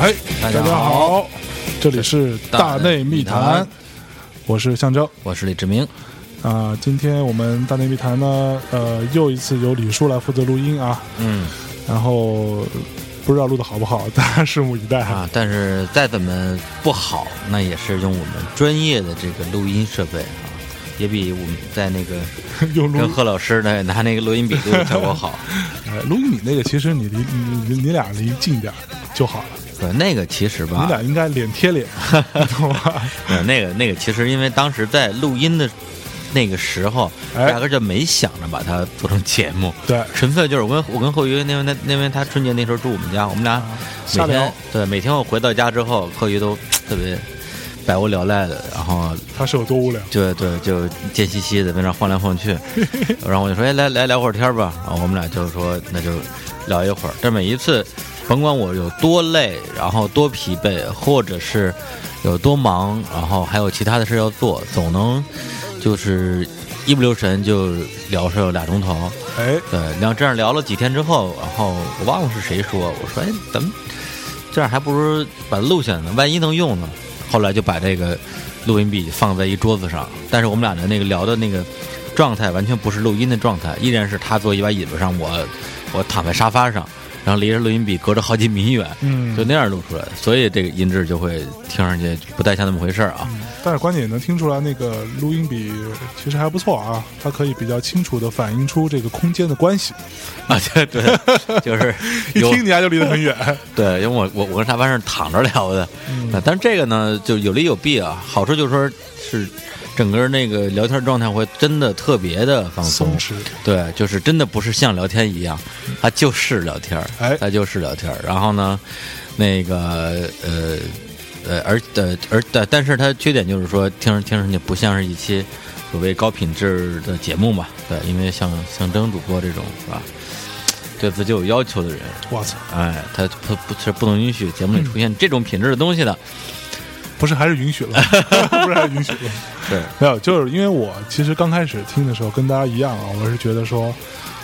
哎，大家家好好，这里是大内密大内谈密谈，我是象征我是李志明。啊、今天我们大内密谈呢，呃，又一次由李叔来负责录音啊，嗯然后不知道录的好不好， 大家拭目以待啊。啊，但是再怎么不好，那也是用我们专业的这个录音设备啊，也比我们在那个用录音，跟贺老师呢拿那个录音笔录的效 果好。呃录音你那个，其实你离你你你俩离近点儿就好了，对，那个其实你吧，俩应该脸贴脸，你懂吗？对那个那个其实因为当时在录音的那个时候，哎压根儿就没想着把它做成节目。对，纯粹就是我跟我跟后鱼，那为那那为他春节那时候住我们家，我们俩啊瞎每聊天对每天我回到家之后，后鱼都特别百无聊赖的，然后他是有多无聊？就对就贱兮兮的在那儿晃来晃去，然后我就说哎来来聊会儿天儿吧，然后我们俩就说那就聊一会儿。但每一次，甭管我有多累，然后多疲惫，或者是有多忙，然后还有其他的事要做，总能就是一不留神就聊上俩钟头。哎，对，然后这样聊了几天之后，然后我忘了是谁说，我说哎，咱们这样还不如呃把它录下来呢，万一能用呢。后来就把这个录音笔放在一桌子上，但是我们俩的那个聊的那个状态完全不是录音的状态，依然是他坐一把椅子上，我我躺在沙发上，然后离着录音笔隔着好几米远，嗯就那样录出来，所以这个音质就会听上去不太像那么回事儿啊。但是关键也能听出来，那个录音笔其实还不错啊，它可以比较清楚的反映出这个空间的关系。 啊，对对， 就是一有听你家就离得很远，对，因为我我我跟沙发上躺着聊的，嗯那但是这个呢，就有利有弊啊。好处就是说是整个那个聊天状态会真的特别的 放哦松松，弛。对，就是真的不是像聊天一样，它就是聊天儿，哎它就是聊天儿。然后呢，那个呃呃，而呃而但但是它缺点就是说，听着听上去不像是一期所谓高品质的节目嘛，对，因为像像征主播这种是吧，对自己有要求的人，我操，哎，他他不是不能允许节目嗯里出现这种品质的东西的。不是还是允许了，不是还是允许了。对，没有，就是因为我其实刚开始听的时候跟大家一样啊，我是觉得说，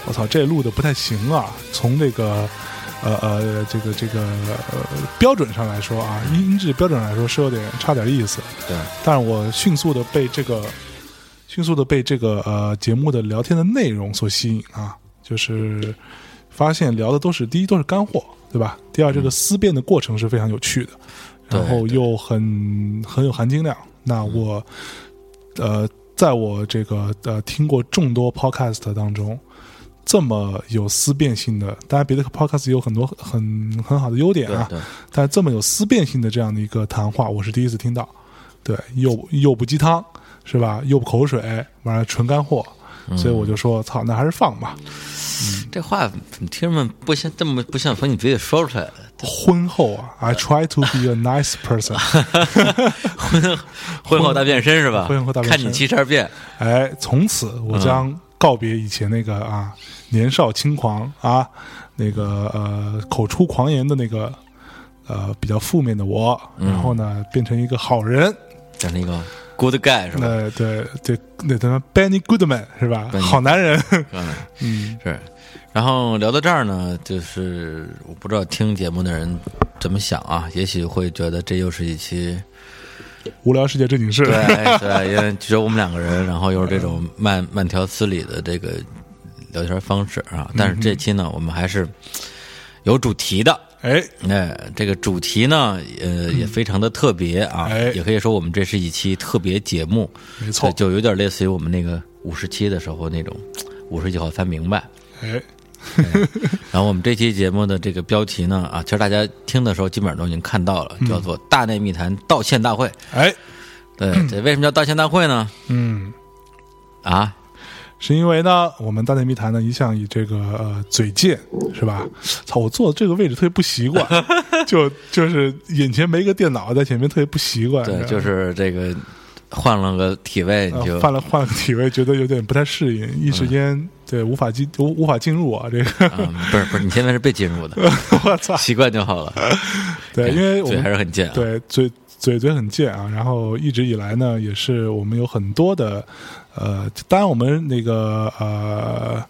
我操，这录的不太行啊。从这个，呃呃，这个这个、呃、标准上来说啊，音音质标准来说是有点差点意思。对，但是我迅速的被这个，迅速的被这个呃节目的聊天的内容所吸引啊，就是发现聊的都是第一都是干货，对吧？第二，这个思辨的过程是非常有趣的，嗯对然后又很很有含金量。那我呃，在我这个呃听过众多 podcast 当中。这么有思辨性的，当然别的 podcast 有很多很很好的优点对啊，对，但这么有思辨性的这样的一个谈话，我是第一次听到。对，又又不鸡汤，是吧？又不口水，完了纯干货，嗯所以我就说，操，那还是放吧。这话怎么听着么不像这么不像从你嘴里说出来的？婚后啊，I try to be a nice person 。婚后大变 身是吧？婚后大变身看你七十二变，哎，从此我将告别以前那个啊年少轻狂啊，那个呃口出狂言的那个呃比较负面的我，嗯然后呢变成一个好人。长成一个 good guy 是吧？那对对，那他妈 Benny Goodman 是吧？ Benny 好男人。嗯，嗯，是。然后聊到这儿呢，就是我不知道听节目的人怎么想啊，也许会觉得这又是一期无聊世界正经事。对对，因为只有我们两个人，然后又是这种慢慢条斯理的这个聊天方式嗯啊。但是这期呢，我们还是有主题的。哎，哎，这个主题呢，呃，也非常的特别啊，哎也可以说我们这是一期特别节目，没错对就有点类似于我们那个五十期的时候那种五十几号才明白。哎，然后我们这期节目的这个标题呢，啊，其实大家听的时候基本上都已经看到了，嗯叫做“大内密谈道歉大会哎，”。 对，这为什么叫道歉大会呢？嗯，啊，是因为呢，我们大内密谈呢一向以这个呃嘴贱是吧？操，我坐这个位置特别不习 惯，就就是眼前没个电脑在前面，特别不习惯。对，吧就是这个换了个体位你就呃、换了换了个体位，觉得有点不太适应，一时间、对无法进无无法进入啊，这个嗯，不是不是，你现在是被进入的， 我操，习惯就好了。对，因为我嘴们还是很贱啊。对，嘴嘴嘴很贱啊。然后一直以来呢，也是我们有很多的，呃，当然我们那个呃，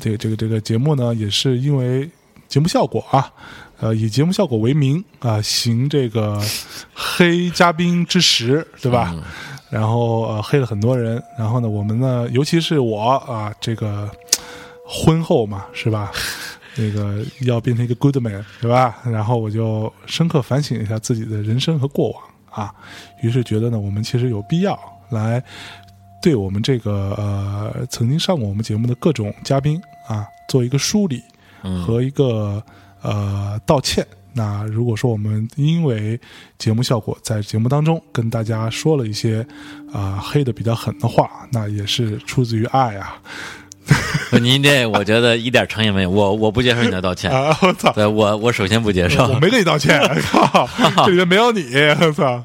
这个这个这个节目呢，也是因为节目效果啊，呃，以节目效果为名啊、行这个黑嘉宾之实，对吧？然后呃，黑了很多人。然后呢，我们呢，尤其是我啊、这个婚后嘛，是吧？那个要变成一个 good man，对吧？然后我就深刻反省一下自己的人生和过往啊，于是觉得呢，我们其实有必要来对我们这个呃曾经上过我们节目的各种嘉宾啊做一个梳理嗯和一个、呃道歉。那如果说我们因为节目效果在节目当中跟大家说了一些啊、黑的比较狠的话，那也是出自于爱啊您这我觉得一点诚意没有，我我不接受你的道歉，啊！我操！对我我首先不接受我。没跟你道 歉，靠，这里面没有你，我操！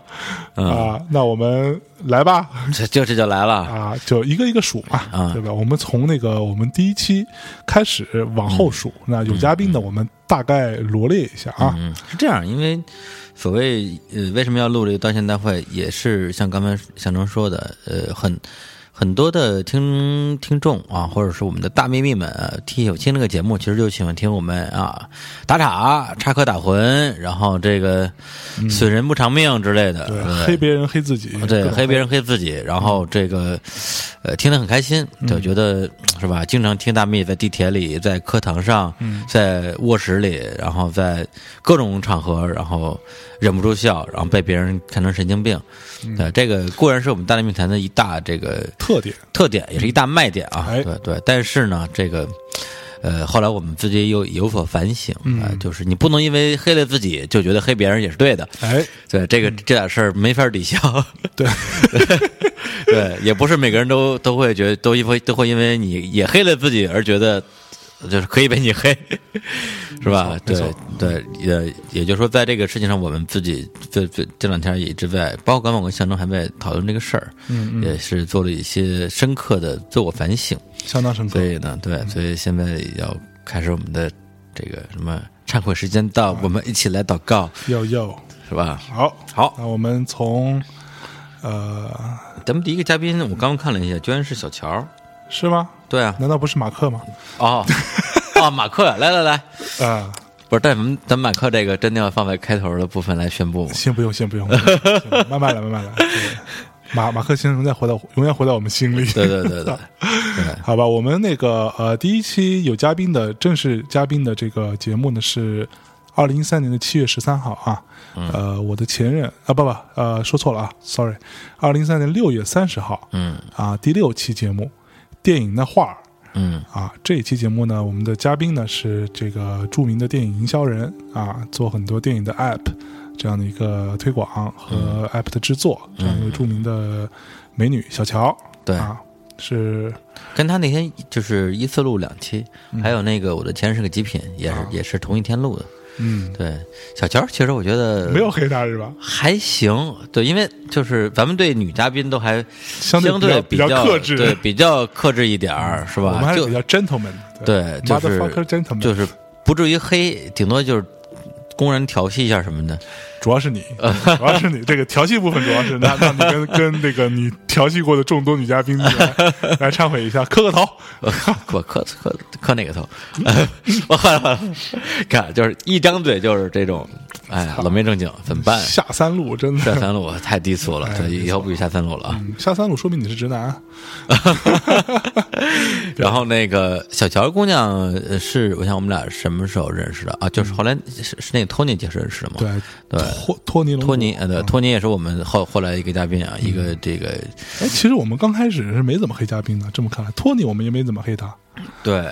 啊，那我们来吧，嗯这这这就来了，啊，就一个一个数嘛，啊对吧？我们从那个我们第一期开始往后数，那有嘉宾的我们大概罗列一下啊，嗯，是这样，因为所谓呃为什么要录这个道歉大会，也是像刚才向征说的，呃，很很多的听听众啊，或者是我们的大秘密们，呃听有听这个节目，其实就喜欢听我们啊打岔、插科打诨，然后这个损人不偿命之类的，对，嗯对哦黑别人黑自己，各对，种黑别人黑自己，然后这个，呃，听得很开心，就觉得是吧？经常听大蜜在地铁里、在课堂上、在卧室里，然后在各种场合，然后忍不住笑，然后被别人看成神经病。对，这个固然是我们大内密谈的一大这个特点，特点，也是一大卖点啊。哎对对，但是呢，这个。呃，后来我们自己有有所反省啊、呃就是你不能因为黑了自己就觉得黑别人也是对的，哎，对这个这点事儿没法抵消， 对， 对，也不是每个人都都会觉得都因为都会因为你也黑了自己而觉得就是可以被你黑，是吧？没对错对，也也就是说，在这个事情上，我们自己这这这两天也一直在，包括刚才我跟向征还在讨论这个事儿，嗯也是做了一些深刻的自我反省。相当深刻所，以呢，嗯对，所以现在要开始我们的这个什么忏悔时间到，我们一起来祷告，哟哟，是吧？好，好，那我们从呃，咱们第一个嘉宾，我刚刚看了一下，居然是小乔。是吗？对啊，难道不是马克吗？哦，哦，马克，来来来，啊，不是，但咱们咱们马克这个真的要放在开头的部分来宣布吗？先不用，先不用，先不用慢慢来，慢慢来。对马马克先生再回到永远回到我们心里。对对对对，好吧，我们那个呃，第一期有嘉宾的正式嘉宾的这个节目呢是二零一三年的七月十三号啊，嗯呃，我的前任啊，不不，呃，说错了啊，sorry，二零一三年六月三十号嗯啊，第六期节目《电影的画儿 嗯》啊，这一期节目呢，我们的嘉宾呢是这个著名的电影营销人啊，做很多电影的 app 这样的一个推广嗯和 app 的制作，这样一个著名的美女小乔，对啊，是跟他那天就是依次录两期，还有那个我的前任是个极品，也啊是也是同一天录的。嗯。对，小乔其实我觉得没有黑他是吧？还行，对，因为就是咱们对女嘉宾都还相对相比对较比较较克制，嗯对，比较克制一点儿，是我们吧？还是就比较 gentleman，对，就是 motherfucker gentleman，就是不至于黑，顶多就是公然调戏一下什么的。主要是你，呃主要是你这个调戏部分，主要是让让你 跟跟那个你调戏过的众多女嘉宾来来忏悔一下，磕个头，我磕磕磕哪个头？ 我完了完了，看就是一张嘴就是这种，哎，老没正经，怎么办？下三路真下的，三路太低俗了，对，以后不许下三路了啊。嗯下三路说明你是直男，啊 然后那个小乔姑娘呃是，我想我们俩什么时候认识的啊？就是后来是是那个托尼介绍认识的吗？对对托托尼龙骨托尼，呃，对，托尼也是我们后后来一个嘉宾啊，一个这个哎，其实我们刚开始是没怎么黑嘉宾的，这么看来，托尼我们也没怎么黑他，哦对，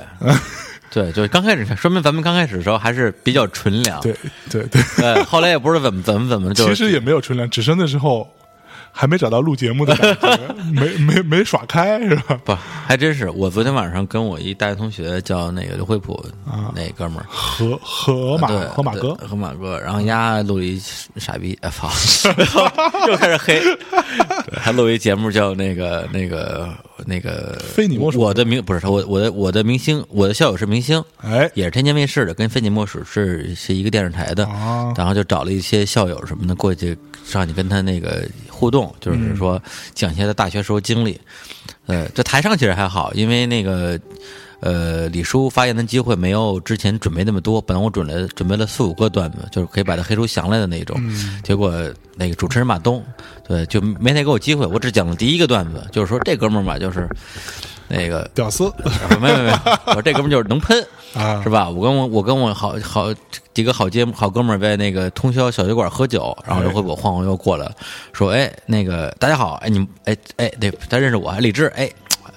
对，就是刚开始，说明咱们刚开始的时候还是比较纯良，对对对，对，后来也不知道怎么怎么怎么，就其实也没有纯良，只是那时候还没找到录节目的感 觉，没没没耍开是吧？不，还真是。我昨天晚上跟我一大学同学叫那个刘惠普、啊那哥们儿，河河马啊对河马哥对河马哥，然后丫录了一傻逼，哎操， 又开始黑，对还录一节目叫那个那个那个非你莫属我的明不是我我的我的明星，我的校友是明星，哎，也是天津卫视的，跟非你莫属是是一个电视台的，啊然后就找了一些校友什么的过去，让你跟他那个互动，就是说讲一些他大学时候经历。呃，这台上其实还好，因为那个呃，李叔发言的机会没有之前准备那么多。本来我准了准备了四五个段子，就是可以把他黑出翔来的那种。结果那个主持人马东，对，就没太给我机会。我只讲了第一个段子，就是说这哥们儿嘛，就是那个啊屌丝没有没有没有，我说这哥们儿就是能喷，啊是，吧？我跟我我跟我好好几个好街好哥们儿在那个通宵小酒馆喝酒，然哎后这回我晃晃又过来了，说哎那个大家好，哎你们哎哎对，他认识我，李志哎。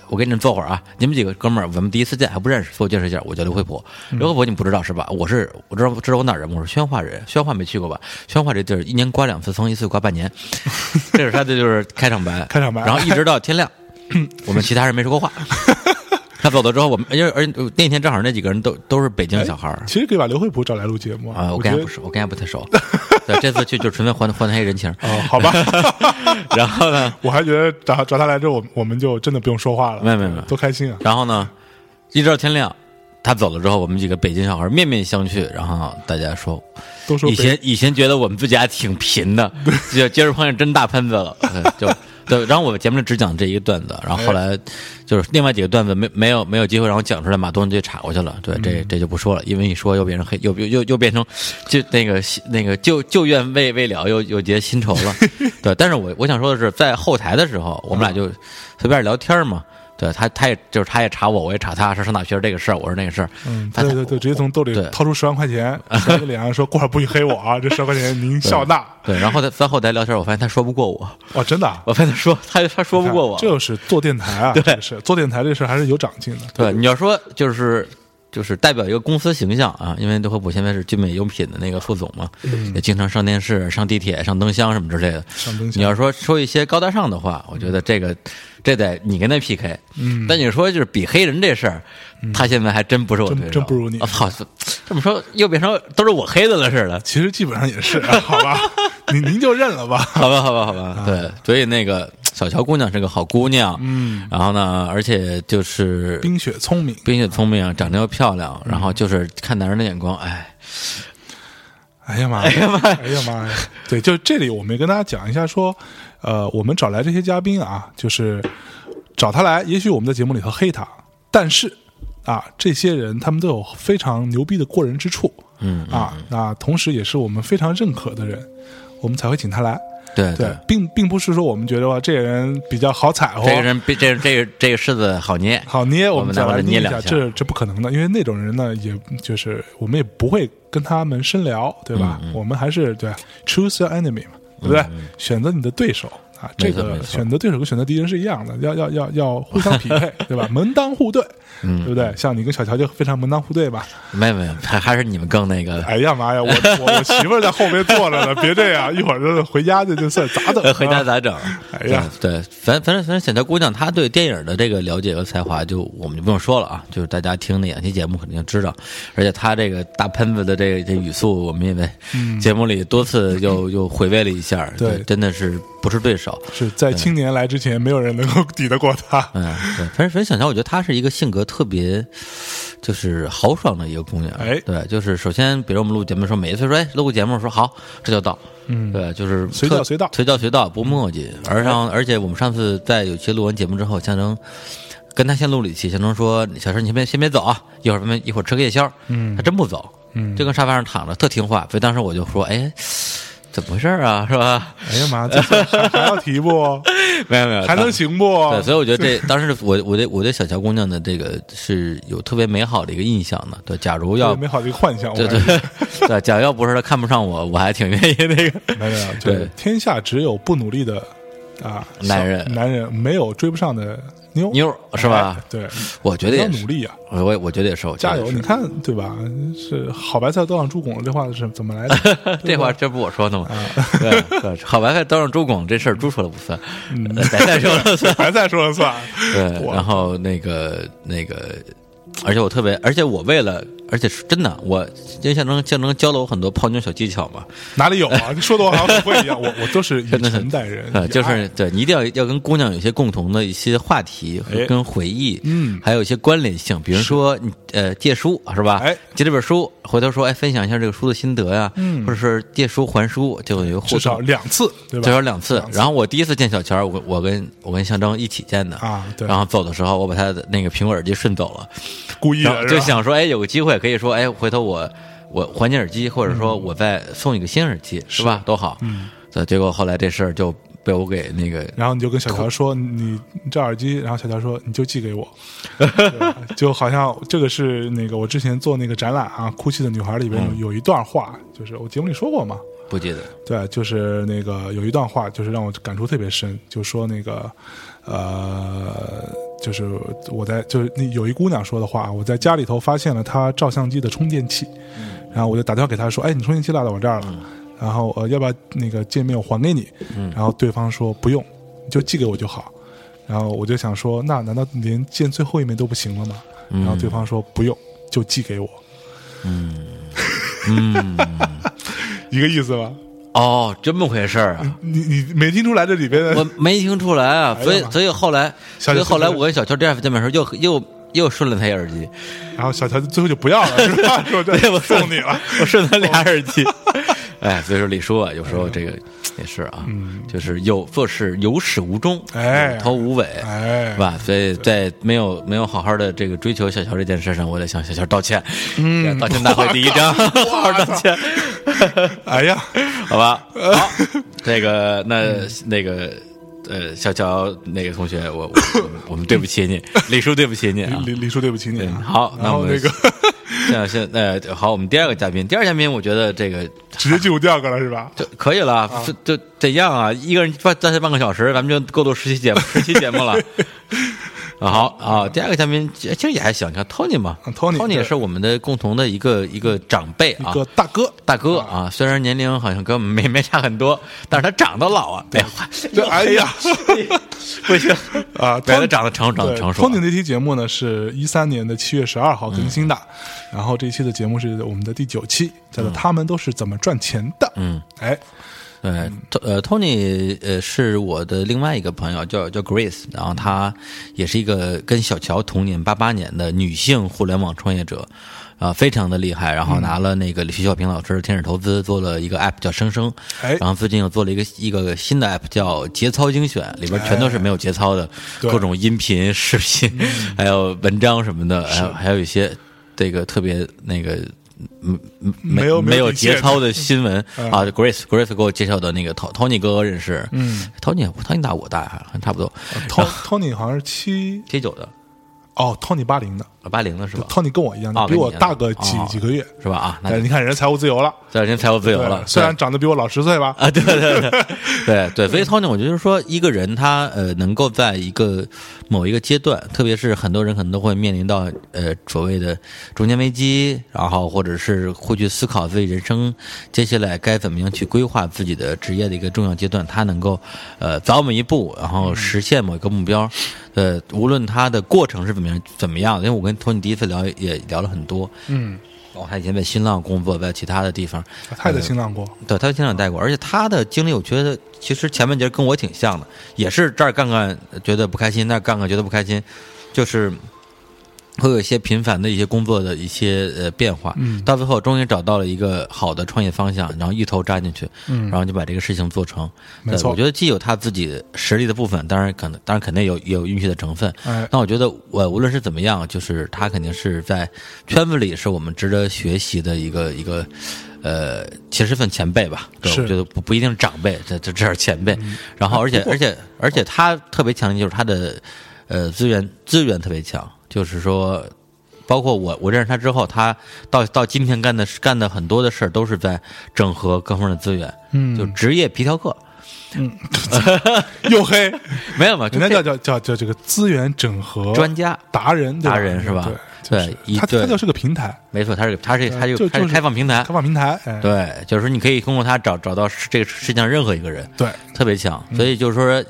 我给你们坐会儿啊！你们几个哥们儿，我们第一次见还不认识，自我介绍一下，我叫刘惠普。嗯刘惠普你们不知道是吧？我是我知道知道我哪儿人吗？我是宣化人，宣化没去过吧？宣化这地儿一年刮两次风，一次刮半 年。这是他的就是开场白，开场白然后一直 到天亮，我们其他人没说过话。他走了之后，我们因为而且那天正好那几个人都都是北京小孩儿其实可以把刘惠普找来录节目啊，我哎觉跟他得不熟，我跟他不太熟。对，这次去就纯粹换换他一人情。啊，好吧， 然后呢，我还觉得找找他来之后，我们我们就真的不用说话了，没有没有没有多开心啊！然后呢，一直到天亮，他走了之后，我们几个北京小孩儿面面相觑，然后大家说，都说以前以前觉得我们自己还挺贫的，就今儿碰见真大喷子了，嗯就对。然后我节目里只讲这一个段子，然后后哎来就是另外几个段子没没有没有机会让我讲出来，马东就插过去了。对，嗯这这就不说了，因为一说又变成黑，又又又又变成就那个那个旧旧怨未未了，又又结新仇了。对，但是我我想说的是，在后台的时候，我们俩嗯就随便聊天嘛。对他，他也就是他也查我，我也查他，说上哪学这个事儿，我说那个事儿。嗯，他对对对，直接从兜里对掏出十万块钱，甩你脸上说：“过会儿不许黑我啊！这十万块钱您笑纳。对，然后在在后台聊天，我发现他说不过我，”哇，真的啊，我发现他说他他说不过我，这就是做电台啊，对，是做电台这事儿还是有长进的。对，你要说就是就是代表一个公司形象啊，因为德惠普现在是聚美优品的那个副总嘛，也经常上电视、上地铁、上灯箱什么之类的。嗯上灯箱你要说说一些高大上的话，我觉得这个这得你跟他 PK。嗯，但你说就是比黑人这事儿，他现在还真不是我嗯真对手，真不如你我操、这么说又变成都是我黑的了似的。其实基本上也是，好吧， 您您就认了吧。好吧，好吧，好吧，啊对，所以那个小乔姑娘是个好姑娘，嗯，然后呢，而且就是冰雪聪明，并且聪明，啊长得又漂亮，然嗯后就是看男人的眼光，哎，哎呀妈呀，哎呀妈呀，哎呀妈呀！对，就这里我们也跟大家讲一下，说，呃，我们找来这些嘉宾啊，就是找他来，也许我们在节目里头黑他，但是啊，这些人他们都有非常牛逼的过人之处，嗯，啊，那同时也是我们非常认可的人，我们才会请他来。对对，并并不是说我们觉得哇，这个人比较好哦踩这个和。人比这这个这个柿子好捏，好捏，我我们们再拿过来来捏一两下这这不可能的，因为那种人呢，也就是我们也不会跟他们深聊，对吧？嗯我们还是对 choose your enemy 嘛，对不对？选择你的对手啊，这没错个没错选择对手跟选择敌人是一样的，要要要要互相匹 配，对吧？门当户对，嗯对不对？像你跟小乔就非常门当户对吧？没有没有，还还是你们更那个。哎呀妈呀，我我我媳妇儿在后面坐着 呢，别这样，一会儿就回家去就算咋整、啊？呃回家咋整？哎呀对，对，反反正反正小乔姑娘她对电影的这个了解和才华，就我们就不用说了啊，就是大家听那两期节目肯定知道，而且她这个大喷子的这个这语速，我们也在节目里多次 又又回味了一下，嗯对真的是不是对手。是在青年来之前，没有人能够抵得过他。嗯，对，反正反正小乔，我觉得她是一个性格特别，就是豪爽的一个姑娘。哎对，就是首先，比如我们录节目的时候，每一次说，哎，录个节目说好，这就到。嗯，对，就是随叫特随到嗯随叫随到，不磨叽。而上，而且我们上次在有期录完节目之后，向征跟他先录了一期，向征说：“小陈，你先别先别走啊，一会儿咱们一会儿吃个夜宵。”嗯，他真不走，嗯，就跟沙发上躺着，特听话。所以当时我就说：“哎，怎么回事儿啊？是吧？ 哎呀妈，这次还还要提不？没有没有，还能行不？啊对，所以我觉得这当时我我对我对小乔姑娘的这个是有特别美好的一个印象的。对，假如要有美好的一个幻想，对我还对 对，假如要不是她看不上我，我还挺愿意那个。 没有没有，哎就是对天下只有不努力的啊男人小男人没有追不上的妞妞儿是吧哎对，我觉得要也努是，力啊，我我我觉得也是，我觉加得油！也你是。？看对吧？是好白菜都让猪拱了，这话是怎么来的 这话话这不我说的啊吗？对，对好白菜都让猪拱，这事儿猪说了不算，嗯白菜说了 算。白菜说了算。对，哇然后那个那个，而且我特别，而且我为了，而且是真的，我因为象征象征教了我很多泡妞小技巧嘛，哪里有 啊？你说的我好像不会一样，我我都是以真的是诚待人，呃，以就爱是对你一定要要跟姑娘有一些共同的一些话题和哎跟回忆，嗯还有一些关联性，比如说你呃借书是吧？哎，借这本书，回头说哎分享一下这个书的心得呀，嗯，或者是借书还书，就有一个互至少动，两次，对吧？至少两次两。次然后我第一次见小乔儿，我我跟我跟象征一起见的啊对然后走的时候，我把他的那个苹果耳机顺走了，故意然后的，就是吧想说，哎，有个机会可以说，哎，回头我我还你耳机，或者嗯说我再送你个新耳机，是吧？多好。嗯。结果后来这事儿就被我给那个然后你就跟小乔说：“你你这耳机。”然后小乔说：“你就寄给我。 对吧”就好像这个是那个我之前做那个展览啊，《哭泣的女孩》里边有有一段话，就是我节目里说过嘛，不记得。对，就是那个有一段话，就是让我感触特别深，就说那个，呃，就是我在就是那有一姑娘说的话，我在家里头发现了她照相机的充电器，然后我就打电话给她说，哎，你充电器落到我这儿了，然后呃，要不要那个界面我还给你？然后对方说不用，你就寄给我就好。然后我就想说，那难道连见最后一面都不行了吗？然后对方说不用，就寄给我。嗯， 一个意思吧。哦，这么回事儿啊！你你没听出来这里边我的？没听出来啊，所嗯哎以呀妈所以后来，小所以后来小小我跟小乔第二次见面的时候，又又又顺了他一耳 机，然后小乔最后就不要了，是 吧？说这对我送你 了。我顺他俩耳 机。哎，所以说李叔啊，有时哎候这个也是啊，就是有做事有始无终，嗯哎有头无尾，哎是吧？所以在没有没有好好的这个追求小乔这件事上，我得向小乔道歉，嗯，道歉大会第 一章， 好好道歉，哎啊呀，好吧？好，这个嗯那那个。呃，小乔那个同学，我我我们我们对不起 你，李叔对不起你啊，李李叔，对不起你嗯啊。好，然那我后们那个 现现呃，好，我们第二个嘉宾，第二个嘉宾，我觉得这个直接进入第二个了，是吧？就可以啊了，就就怎样啊？一个人半站台半个小时，咱们就够做十期 节目，十期节目了。啊好啊，第二个嘉宾其实也还行，你看 Tony 嘛嗯，Tony，也对是我们的共同的一个一个长辈一啊，个大哥，大哥啊，虽然年龄好像跟我们没 没差很多，但是他长得老啊，哎呀，这哎呀 不行，啊，对他托长得成长得对成熟啊托，尼那期节目呢是一三年的七月十二号更新嗯的，然后这一期的节目是我们的第九期，叫做《他们都是怎么赚钱的》。嗯，哎，对，托呃，Tony 呃是我的另外一个朋友，叫叫 Grace，然后她也是一个跟小乔同年八八年的女性互联网创业者，啊、非常的厉害，然后拿了那个徐小平老师天使投资做了一个 app 叫生生，哎然后最近又做了一个一个新的 app 叫节操精选，里边全都是没有节操的、对嗯各种音频、视频，还有文章什么的，还有还有一些这个特别那个。嗯，没有没没有有底线的节嗯操的新闻 啊，Grace Grace 给我介绍的那个 To- Tony 哥哥认识，嗯，Tony Tony 大我大，好像差不多，托托尼好像是七七九的，哦，托尼八零的，八零的是吧？托尼跟我一样哦，比我跟你一样大个几哦几个月。是吧？啊，那哎，你看人家财务自由了，这两天财务自由对了，虽然长得比我老十岁吧， 啊，对对对对对，所以 Tony，我觉得说一个人他呃能够在一个某一个阶段，特别是很多人可能都会面临到呃所谓的中年危机，然后或者是会去思考自己人生接下来该怎么样去规划自己的职业的一个重要阶段，他能够呃早我们一步，然后实现某一个目标，呃，无论他的过程是怎么样怎么样，因为我跟 Tony 第一次聊也聊了很多，嗯，然后他以前在新浪工作，在其他的地方，他也在新浪过，啊对，他在现场带过，而且他的经历，我觉得其实前半截跟我挺像的，也是这儿干干觉得不开心，那儿干干觉得不开心，就是会有一些频繁的一些工作的一些呃变化，嗯到最后终于找到了一个好的创业方向，然后一头扎进去，嗯然后就把这个事情做成。没对错我觉得既有他自己实力的部分，当然可能，当然肯定有也有运气的成分，哎，那我觉得，我无论是怎么样，就是他肯定是在圈子里是我们值得学习的一个一个，呃，其实算前辈吧。对，是嗯我觉得不不一定是长辈，这这这是前辈。然后，而且而且而且他特别强，就是他的呃资源资源特别强，就是说。包括我，我认识他之后，他到到今天干的事干的很多的事儿，都是在整合各方面的资源，嗯就职业皮条客，又黑，没有嘛？就人家叫这叫叫叫这个资源整合专家，达人，对吧达人是吧对，对一就是他对他就是个平台，没错，他是他是他呃是就他是就是开放平台，开放平台，哎，对，就是说你可以通过它找找到世这个世界上任何一个人，对，嗯特别强。呃所以就是说，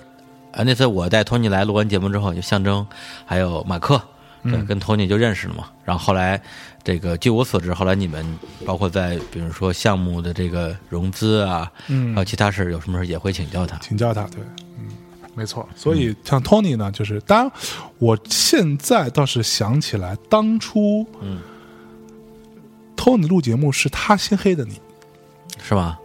啊，那次我带托尼来录完节目之后，就象征还有马克，对，嗯跟托尼就认识了嘛。然后后来，这个据我所知，后来你们包括在比如说项目的这个融资啊，还有嗯，其他事儿，有什么事儿也会请教他。请教他，对，嗯，没错。所嗯以像 Tony 呢，就是当然，我现在倒是想起来，当初嗯， Tony 录节目是他先黑的你，是吧？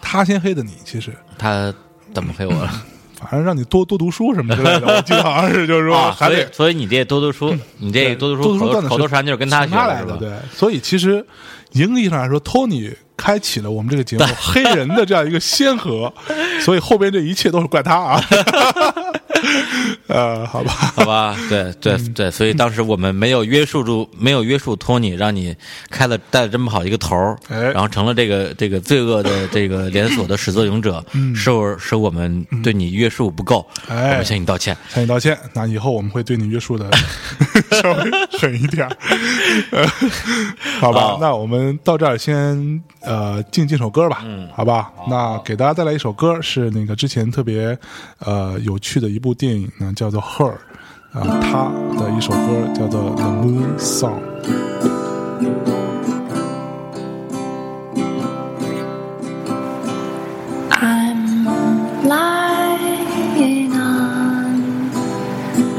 他先黑的你，其实他怎么黑我了？反正让你多多读书什么之类的，我记得好像是 就是说啊，还得所嗯以所以你这多读书，你这多读多书读书段口子口是头禅就是跟他从学他来是的，吧？对。所以其实严格意义上来说，Tony 开启了我们这个节目 黑人的这样一个先河，所以后边这一切都是怪他啊。 呃，好吧，好吧，对对嗯对，所以当时我们没有约束住，没有约束托尼，让你开了带了这么好一个头儿，哎然后成了这个这个罪恶的这个连锁的始作俑者，是我是我们对你约束不够，嗯哎我们向你道歉。向你道歉。那以后我们会对你约束的 稍微狠一点儿，呃好吧？哦那我们到这儿先呃进进首歌吧，嗯好吧？那给大家带来一首歌，是那个之前特别呃有趣的一部电影呢，叫做《Her》，啊，他的一首歌叫做《The Moon Song》。 I'm lying on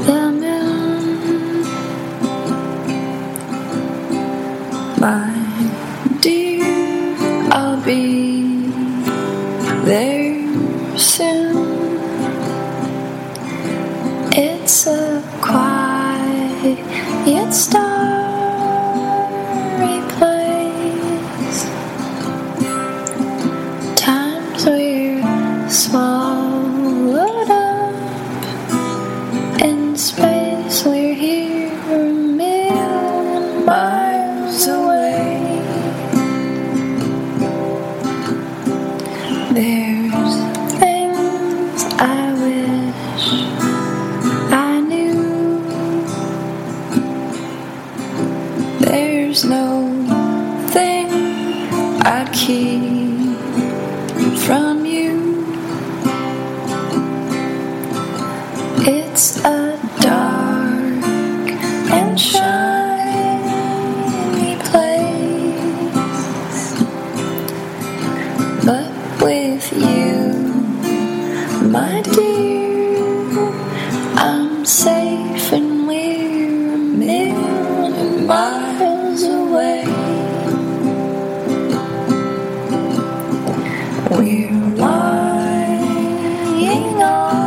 the moon. My dear, I'll be there soon. It's a quiet yet starry place times we're swallowed up in space. We're here a million miles away. There's things I wish I knew. There's no thing I keep from you. It's a dark and shiny place, but with you, my dear, I'm safe and we're a million miles away. We're lying on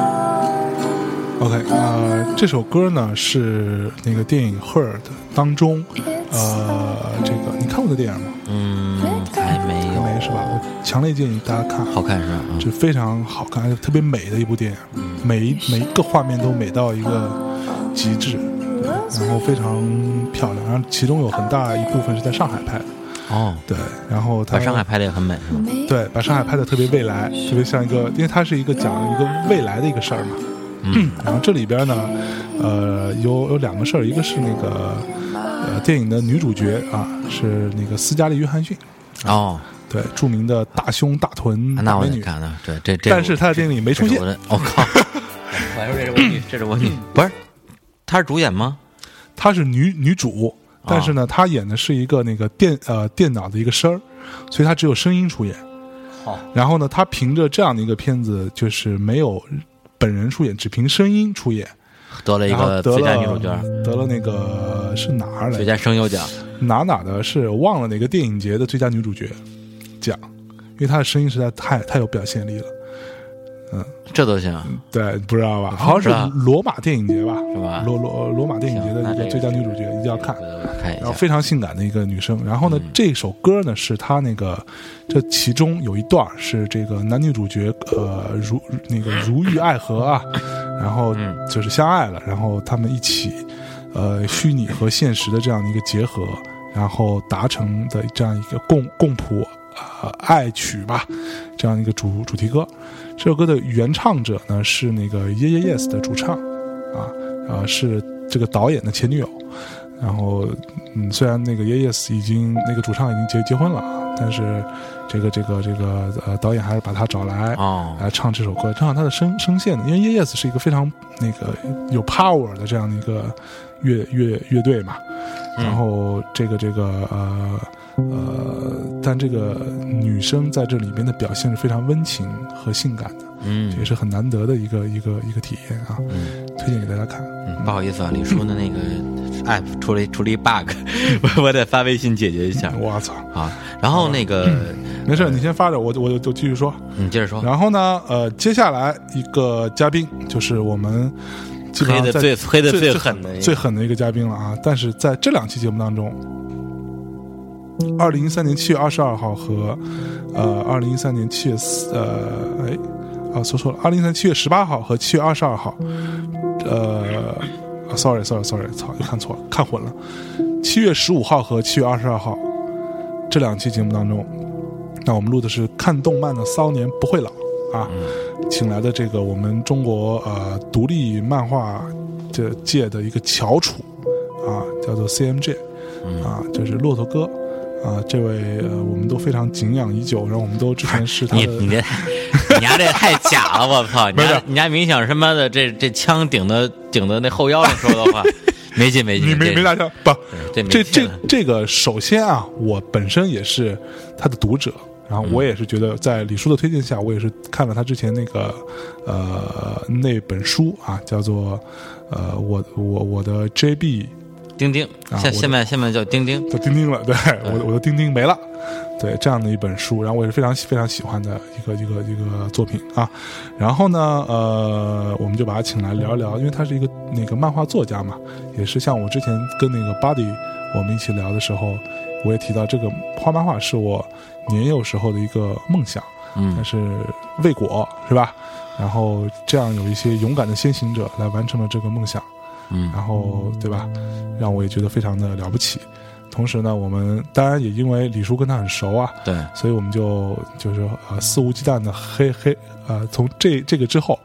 OK，呃，这首歌呢是那个电影《Her》的当中，呃，这个你看过这电影吗？嗯，还没有，没是吧？我强烈建议大家看，好看是吧？嗯是非常好看，而且特别美的一部电影，每一每一个画面都美到一个极致，然后非常漂亮。然后其中有很大一部分是在上海拍的，哦，对。然后它把上海拍的也很美是吧？对，把上海拍的特别未来，特别像一个，因为它是一个讲一个未来的一个事儿嘛。嗯， 然后这里边呢，呃，有有两个事儿，一个是那个呃电影的女主角啊，是那个斯嘉丽·约翰逊，哦，对，著名的大胸大臀啊那嗯大我美得女，看看，对，这这但是她的电影里没出这是现嗯我，的，我靠，我还说这是我女，这是我女，不是，她是主演吗？她是女女主，但啊是呢，她演的是一个那个电呃电脑的一个声儿，所以她只有声音出演。好，然后呢，她凭着这样的一个片子，就是没有本人出演，只凭声音出演。得了一然后个得最佳了嗯女主角，得了那个是哪儿来最着？佳声优奖。哪哪的是我忘了哪个电影节的最佳女主角奖，因为她的声音实在太太有表现力了。这都行，对，不知道吧？好是吧像是罗马电影节吧？是吧罗罗罗马电影节的行一个那这最佳个女主角，一定要看。看一然后下。嗯非常性感的一个女生。然后呢，这首歌呢是她那个，这其中有一段是这个男女主角呃如那个如遇爱河啊，然后嗯就是相爱了，然后他们一起呃虚拟和现实的这样的一个结合，然后达成的这样一个共共谱。呃，爱曲吧，这样一个主主题歌。这首歌的原唱者呢是那个 Ye Ye Yes 的主唱，啊，呃，是这个导演的前女友。然后，嗯，虽然那个 Yes 已经那个主唱已经结结婚了啊，但是这个这个这个呃导演还是把他找来。哦，来唱这首歌，正好他的声声线呢，因为 Yes Yes 是一个非常那个有 power 的这样的一个乐乐乐队嘛，嗯然后这个这个呃呃，但这个女生在这里边的表现是非常温情和性感的，嗯这也是很难得的一个一个一个体验啊，嗯推荐给大家看。嗯，不好意思啊，李叔的那个嗯哎 app 出了一出了一 bug，我 我得发微信解决一下嗯我操，啊。然后那个没嗯事，你先发着，我我就继续说。你接着说，然后呢，呃，接下来一个嘉宾就是我们基本黑上的在最黑的最最最狠的一个最狠的一个嘉宾了啊！但是在这两期节目当中，二零一三年七月二十二号和呃二零一三年七月四呃哎啊说错了，二零一三七月十八号和七月二十二号，呃、啊、，sorry sorry sorry，操，又看错了，看混了，七月十五号和七月二十二号这两期节目当中，那我们录的是看动漫的骚年不会老啊。请来的这个我们中国呃独立漫画这界的一个翘楚啊，叫做 CMJ 啊，就是骆驼哥啊，这位呃我们都非常敬仰已久，然后我们都之前是他你的你这你家这太假了，我操！你没家事你家冥想什么的，这这枪顶到顶到那后腰上说 的话，没劲没劲，你没这没大家不这没这劲这了这个首先啊，我本身也是他的读者。然后我也是觉得，在李叔的推荐下，我也是看了他之前那个，呃，那本书啊，叫做，呃，我我我的 JB 钉钉，啊现我现在现在叫钉钉，的钉钉了，对我的我的钉钉没了，对这样的一本书，然后我也是非常喜非常喜欢的一个一个一个作品啊。然后呢，呃，我们就把他请来聊一聊，因为他是一个那个漫画作家嘛，也是像我之前跟那个 Buddy 我们一起聊的时候，我也提到这个画漫画是我年幼时候的一个梦想。嗯但是未果是吧？然后这样有一些勇敢的先行者来完成了这个梦想，嗯然后对吧？让我也觉得非常的了不起。同时呢，我们当然也因为李叔跟他很熟啊，对，所以我们就就是呃肆无忌惮的黑黑呃，从这这个之后，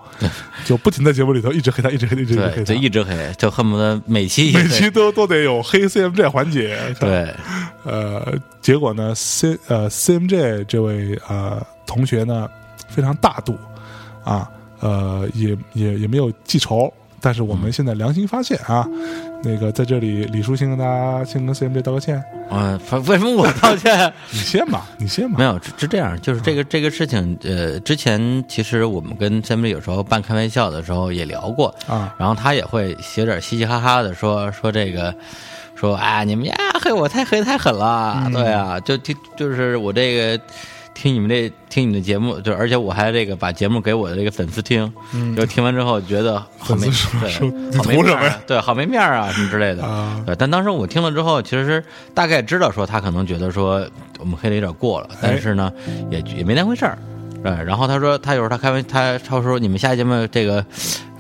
就不停在节目里头一直黑他，一直黑他，一直黑他，对，就一直黑，就恨不得每期也每黑期都都得有黑 CMJ 环节。对，呃，结果呢，C 呃 CMJ 这位呃同学呢非常大度啊，呃也也也没有记仇，但是我们现在良心发现啊，那个在这里李叔先跟大家先跟 CMJ 道个歉，嗯，反为什么我道歉？ 你先吧，你先没吧，有，是是这样，就是这个这个事情，呃，之前其实我们跟 s a m 有时候半开玩笑的时候也聊过，啊，然后他也会有点嘻嘻哈哈的说说这个，说哎你们呀黑我太黑太狠了，嗯对啊，就听就是我这个听你们这听你们的节目，就而且我还这个把节目给我的这个粉丝听，就听完之后觉得好没嗯粉丝说说对你好没图面什么儿呀啊，对好没面儿啊什么之类的啊对，但当时我听了之后，其实大概知道说他可能觉得说我们黑的有点过了，哎但是呢也也没当回事儿。对，然后他说，他有时候他开玩他他说你们下一节目这个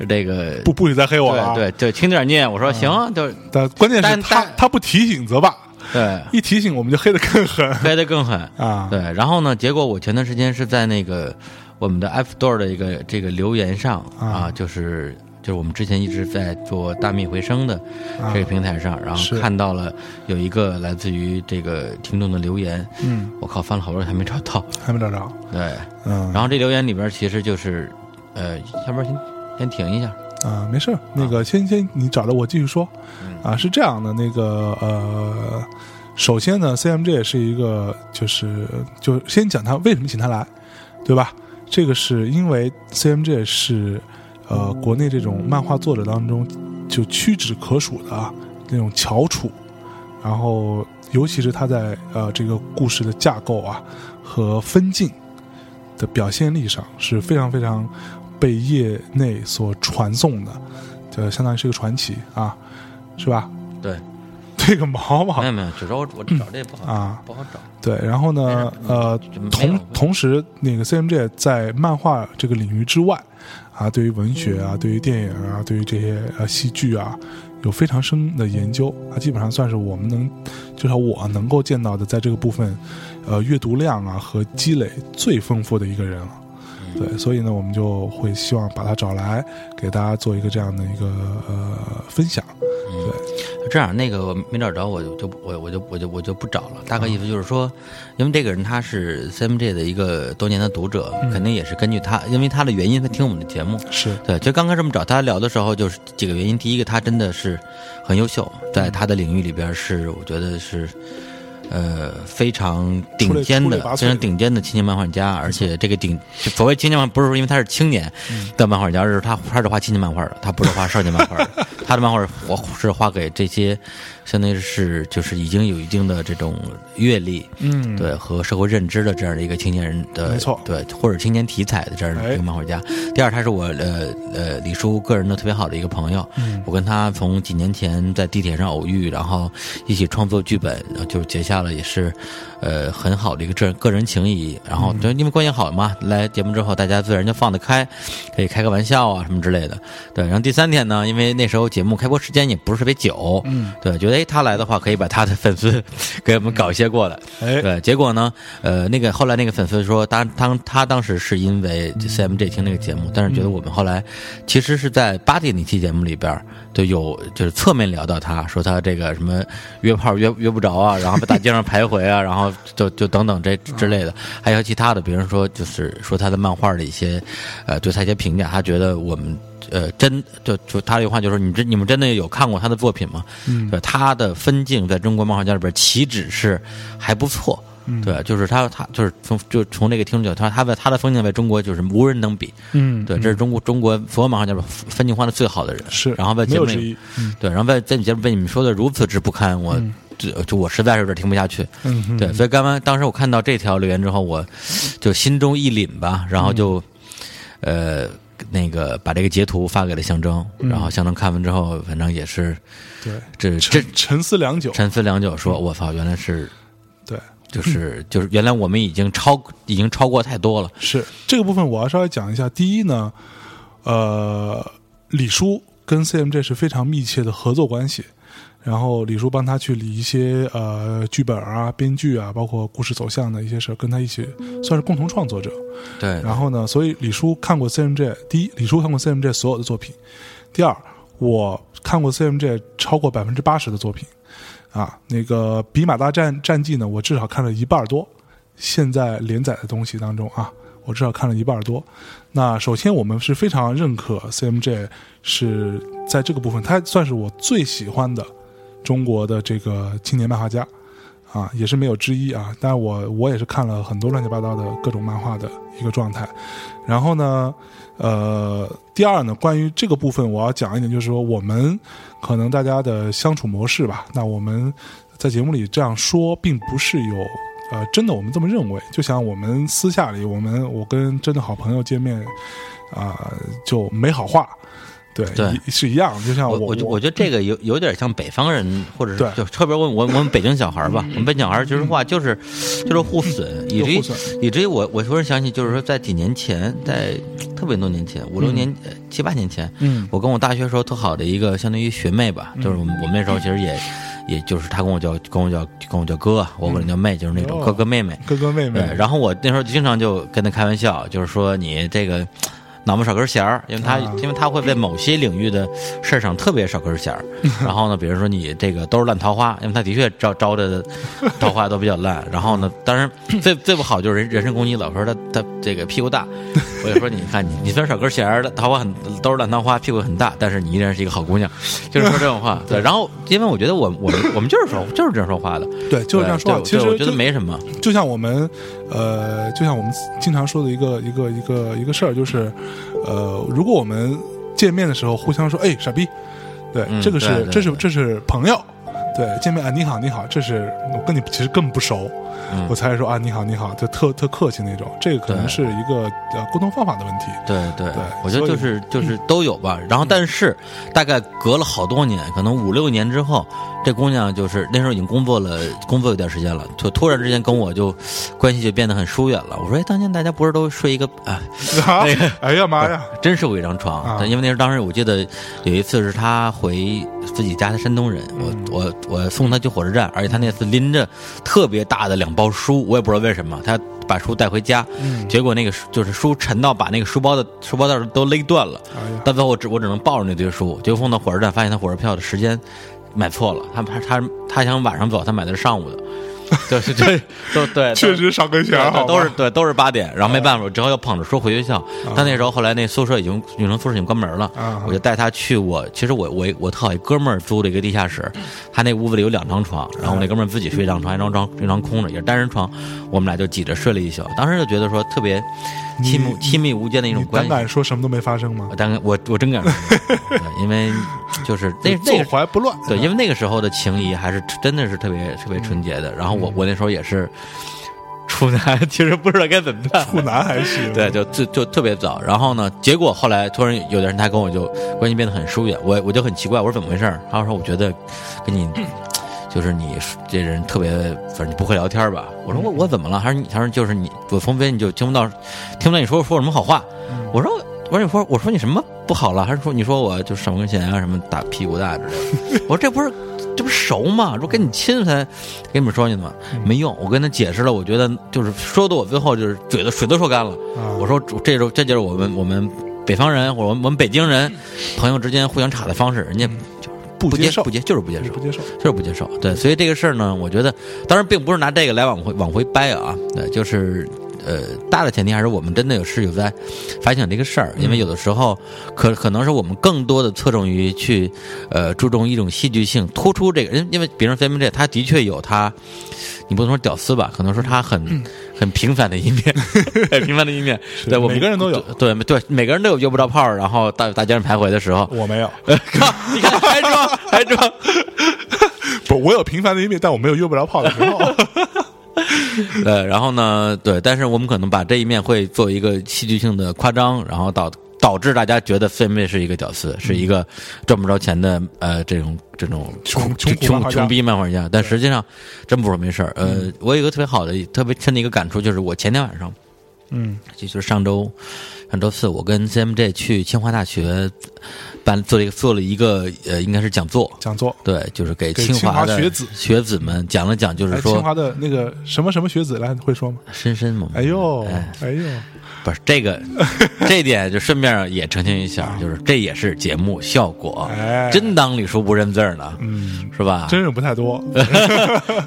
这个不不许嗯再黑我了、啊，对对，就轻点念。我说行，就但关键是但他但他不提醒则罢，对，一提醒我们就黑的更狠黑的更狠。啊，对，然后呢，结果我前段时间是在那个我们的 App Store 的一个这个留言上啊，就是就是我们之前一直在做大蜜回声的啊这个平台上，然后是看到了有一个来自于这个听众的留言，嗯，我靠，翻了好多人还没找到。还没找着，对，嗯然后这留言里边其实就是，呃，要不然先先停一下，啊，没事儿，那个先先你找着我继续说，啊，是这样的，那个呃，首先呢，CMJ 是一个就是就先讲他为什么请他来，对吧？这个是因为 CMJ 是呃国内这种漫画作者当中就屈指可数的啊那种翘楚，然后尤其是他在呃这个故事的架构啊和分镜的表现力上是非常非常被业内所传颂的，就相当于是个传奇啊，是吧？对， 这个毛毛没有没有，只是我我找这不好啊不好找，对，然后呢，哎呃，就没有同同时，那个 CMJ 在漫画这个领域之外，啊，对于文学嗯啊，对于电影啊，对于这些呃戏剧啊，有非常深的研究。他基本上算是我们能，至少我能够见到的，在这个部分，呃，阅读量啊和积累最丰富的一个人了。嗯对，所以呢，我们就会希望把他找来，给大家做一个这样的一个呃分享。对，这样，那个我没找着，我就我我就我就我就不找了。大概意思就是说，因为这个人他是 CMJ 的一个多年的读者，肯定也是根据他，因为他的原因，他听我们的节目。是对，就刚开始我们找他聊的时候，就是几个原因。第一个，他真的是很优秀，在他的领域里边是，我觉得是，呃，非常顶尖出类出的类拔萃，的非常顶尖的青年漫画家。而且这个顶，所谓青年漫，不是说因为他是青年的漫画家，而是他他是画青年漫画的，他不是画少年 漫画的。他的漫画我是画给这些，相当于是就是已经有一定的这种阅历，嗯对和社会认知的这样的一个青年人的，没错对或者青年题材的这样的一个漫画家。第二，他是我呃呃李叔个人的特别好的一个朋友，我跟他从几年前在地铁上偶遇，然后一起创作剧本，然后就结下了也是呃很好的一个这个人情谊。然后就因为关系好嘛，来节目之后大家自然就放得开，可以开个玩笑啊什么之类的。对，然后第三天呢，因为那时候节目开播时间也不是特别久，嗯，对，觉得哎他来的话可以把他的粉丝 给我们搞一些过来。哎对，结果呢，呃，那个后来那个粉丝说，当当他当时是因为 CMJ 听那个节目，但是觉得我们后来其实是在八点那期节目里边儿就有就是侧面聊到他，说他这个什么约炮约约不着啊，然后在大街上徘徊啊，然后就就等等这之类的，还有其他的，比如说就是说他的漫画的一些呃对他一些评价，他觉得我们。呃，真就就他有话就说，你真你们真的有看过他的作品吗？嗯，对，他的分镜在中国漫画家里边岂止是还不错，嗯，对，就是他他就是从就从这个听众角度，他他的他的分镜在中国就是无人能比，嗯对，这是中国中国所有漫画家里边分镜画的最好的人，是然后在没节目有之里一，嗯对，然后在在你节目被你们说的如此之不堪，我、这就我实在是有点听不下去。嗯哼对，所以刚刚当时我看到这条留言之后，我就心中一凛吧，然后就、嗯呃那个把这个截图发给了象征，然后象征看完之后，反正也是对，这这沉沉思良久，沉思良久说，我操，原来是对。就是 就是原来我们已经超已经超过太多了，是这个部分我要稍微讲一下。第一呢，呃，李叔跟 CMJ 是非常密切的合作关系，然后李叔帮他去理一些呃剧本啊、编剧啊，包括故事走向的一些事儿，跟他一起算是共同创作者。对然后呢，所以李叔看过 CMJ，第一，李叔看过 CMJ 所有的作品；第二，我看过 CMJ 超过百分之八十的作品。啊，那个《比马大战战记》呢，我至少看了一半儿多。现在连载的东西当中啊，我至少看了一半儿多。那首先，我们是非常认可 CMJ 是在这个部分，他算是我最喜欢的中国的这个青年漫画家啊，也是没有之一啊。但是我我也是看了很多乱七八糟的各种漫画的一个状态。然后呢，呃，第二呢，关于这个部分，我要讲一点，就是说我们可能大家的相处模式吧。那我们在节目里这样说，并不是有呃真的我们这么认为。就像我们私下里，我们我跟真的好朋友见面啊、就没好话。对，对一是一样。就像我啊我我我觉得这个有有点像北方人，或者对是就特别我我我们北京小孩儿吧，我们北京小孩儿就是话就是就是互损，以至互于损以至于我我突然想起，就是说在几年前，在特别多年前，五六年呃七八年前，嗯我跟我大学时候特好的一个相当于学妹吧，就是我们我们那时候其实也也就是她跟我叫跟我叫跟我叫哥，啊我管她叫妹，就是那种哟哥哥妹妹，哥哥妹妹，对，然后我那时候经常就跟他开玩笑，就是说你这个脑门少根弦儿，因为他、啊因为他会在某些领域的事儿上特别少根 弦儿。然后呢，比如说你这个都是烂桃花，因为他的确招招的桃花都比较烂。然后呢，当 然最最不好就是人人身攻击，老说他他这个屁股大。我就说你看你你虽然少根弦儿，桃花很都是烂桃花，屁股很大，但是你依然是一个 好姑娘，就是说这种话。对，然后因为我觉得我我们我们就是说就是这样说话的，对，就是这样说话。啊对其实对我觉得就没什么。就像我们，呃，就像我们经常说的一个一个一个一个事儿，就是，呃，如果我们见面的时候互相说“哎，傻逼”，对，嗯这个是对对这是这是朋友，对，见面啊，你好，你好，这是我跟你其实更不熟，嗯我才说啊，你好，你好，就特特客气那种，这个可能对是一个呃沟通方法的问题，对对对我觉得所以嗯就是就是都有吧。然后，但是大概隔了好多年，可能五六年之后，这姑娘就是那时候已经工作了，工作有段时间了，就突然之间跟我就关系就变得很疏远了。我说，哎，当年大家不是都睡一个啊？啊那个， 哎呀妈呀，真是过一张床。啊对因为那时候当时我记得有一次是他回自己家，他山东人，嗯我我我送他去火车站，而且他那次拎着特别大的两包书，我也不知道为什么他。把书带回家，嗯结果那个书就是书沉到把那个书包的书包带都勒断了，哎呀，到最后我只我只能抱着那堆书，结果放到火车站，发现他火车票的时间买错了，他他他他想晚上走，他买的是上午的， 就是对都对，确实少根弦对好吧对都是对都是八点，然后没办法，我只好又捧着说回学校。但那时候后来那宿舍已经女生宿舍已经关门了啊，我就带她去我其实我我我特好一哥们儿租了一个地下室，他那屋子里有两张床，然后我那哥们儿自己睡一张床，一张床一张空着，也是单人床，我们俩就挤着睡了一宿。当时就觉得说特别亲密你亲密无间的一种你关胆系。敢说什么都没发生吗我？但我我真敢说，对因为就是那那坐个怀不乱， 对，因为为那个时候的情谊还是真的是特别特别纯洁的。然后我我那时候也是处男，其实不知道该怎么办。处男还行。对，就就就特别早。然后呢，结果后来突然有的人他跟我就关系变得很疏远，我我就很奇怪，我说怎么回事儿？他说我觉得跟你就是你这人特别，反正你不会聊天吧？我说我我怎么了？他说你他说就是你，我从别你就听不到听不到你说说什么好话。我说我说你说我说你什么不好了？还是说你说我就少根弦啊什么打屁股大之类的？我说这不是。这不是熟吗？说跟你亲才跟你们说去呢吗？没用，我跟他解释了，我觉得就是说的我最后就是嘴都水都说干了。啊我说这就这就是我们我们北方人或者我们我们北京人朋友之间互相插的方式，人家就不不接接受不接就是不接你受不，接受，啊嗯就是不接受。对，所以这个事儿呢，我觉得当然并不是拿这个来往回往回掰啊，对，就是。呃，大的前提还是我们真的有是有在反省这个事嗯儿，因为有的时候可可能是我们更多的侧重于去呃注重一种戏剧性，突出这个人，因为比如说 Family，他的确有他，你不能说屌丝吧，可能说他嗯很很平凡的一 面，很平凡的一面，对，我们每个人都有对对，每个人都有约不着炮儿，然后大大街上徘徊的时候， 我没有，哎靠，你看还装还装，不，我有平凡的一面，但我没有约不着炮的时候。 呃，然后呢， 对，但是我们可能把这一面会做一个戏剧性的夸张，然后导导致大家觉得费妹是一个屌丝，是嗯一个赚不着钱的呃这种这种穷穷穷苦漫画穷家穷逼漫画家，但实际上真不是没事儿。呃，我有一个特别好的、特别深的一个感触，就是我前天晚上， 嗯，这就是上周上周四，我跟 CMJ 去清华大学办做了一个做了一个呃，应该是讲座。讲座，对，就是给给清清华的学子学子们讲了讲，就是哎，清说华的那个什么什么学子来会说吗？深深嘛，哎呦哎，哎呦，不是这个， 这点就顺便也澄清一下，就是这也是节目效果，啊哎真当李叔不认字儿呢，嗯，是吧？真人不太多。哎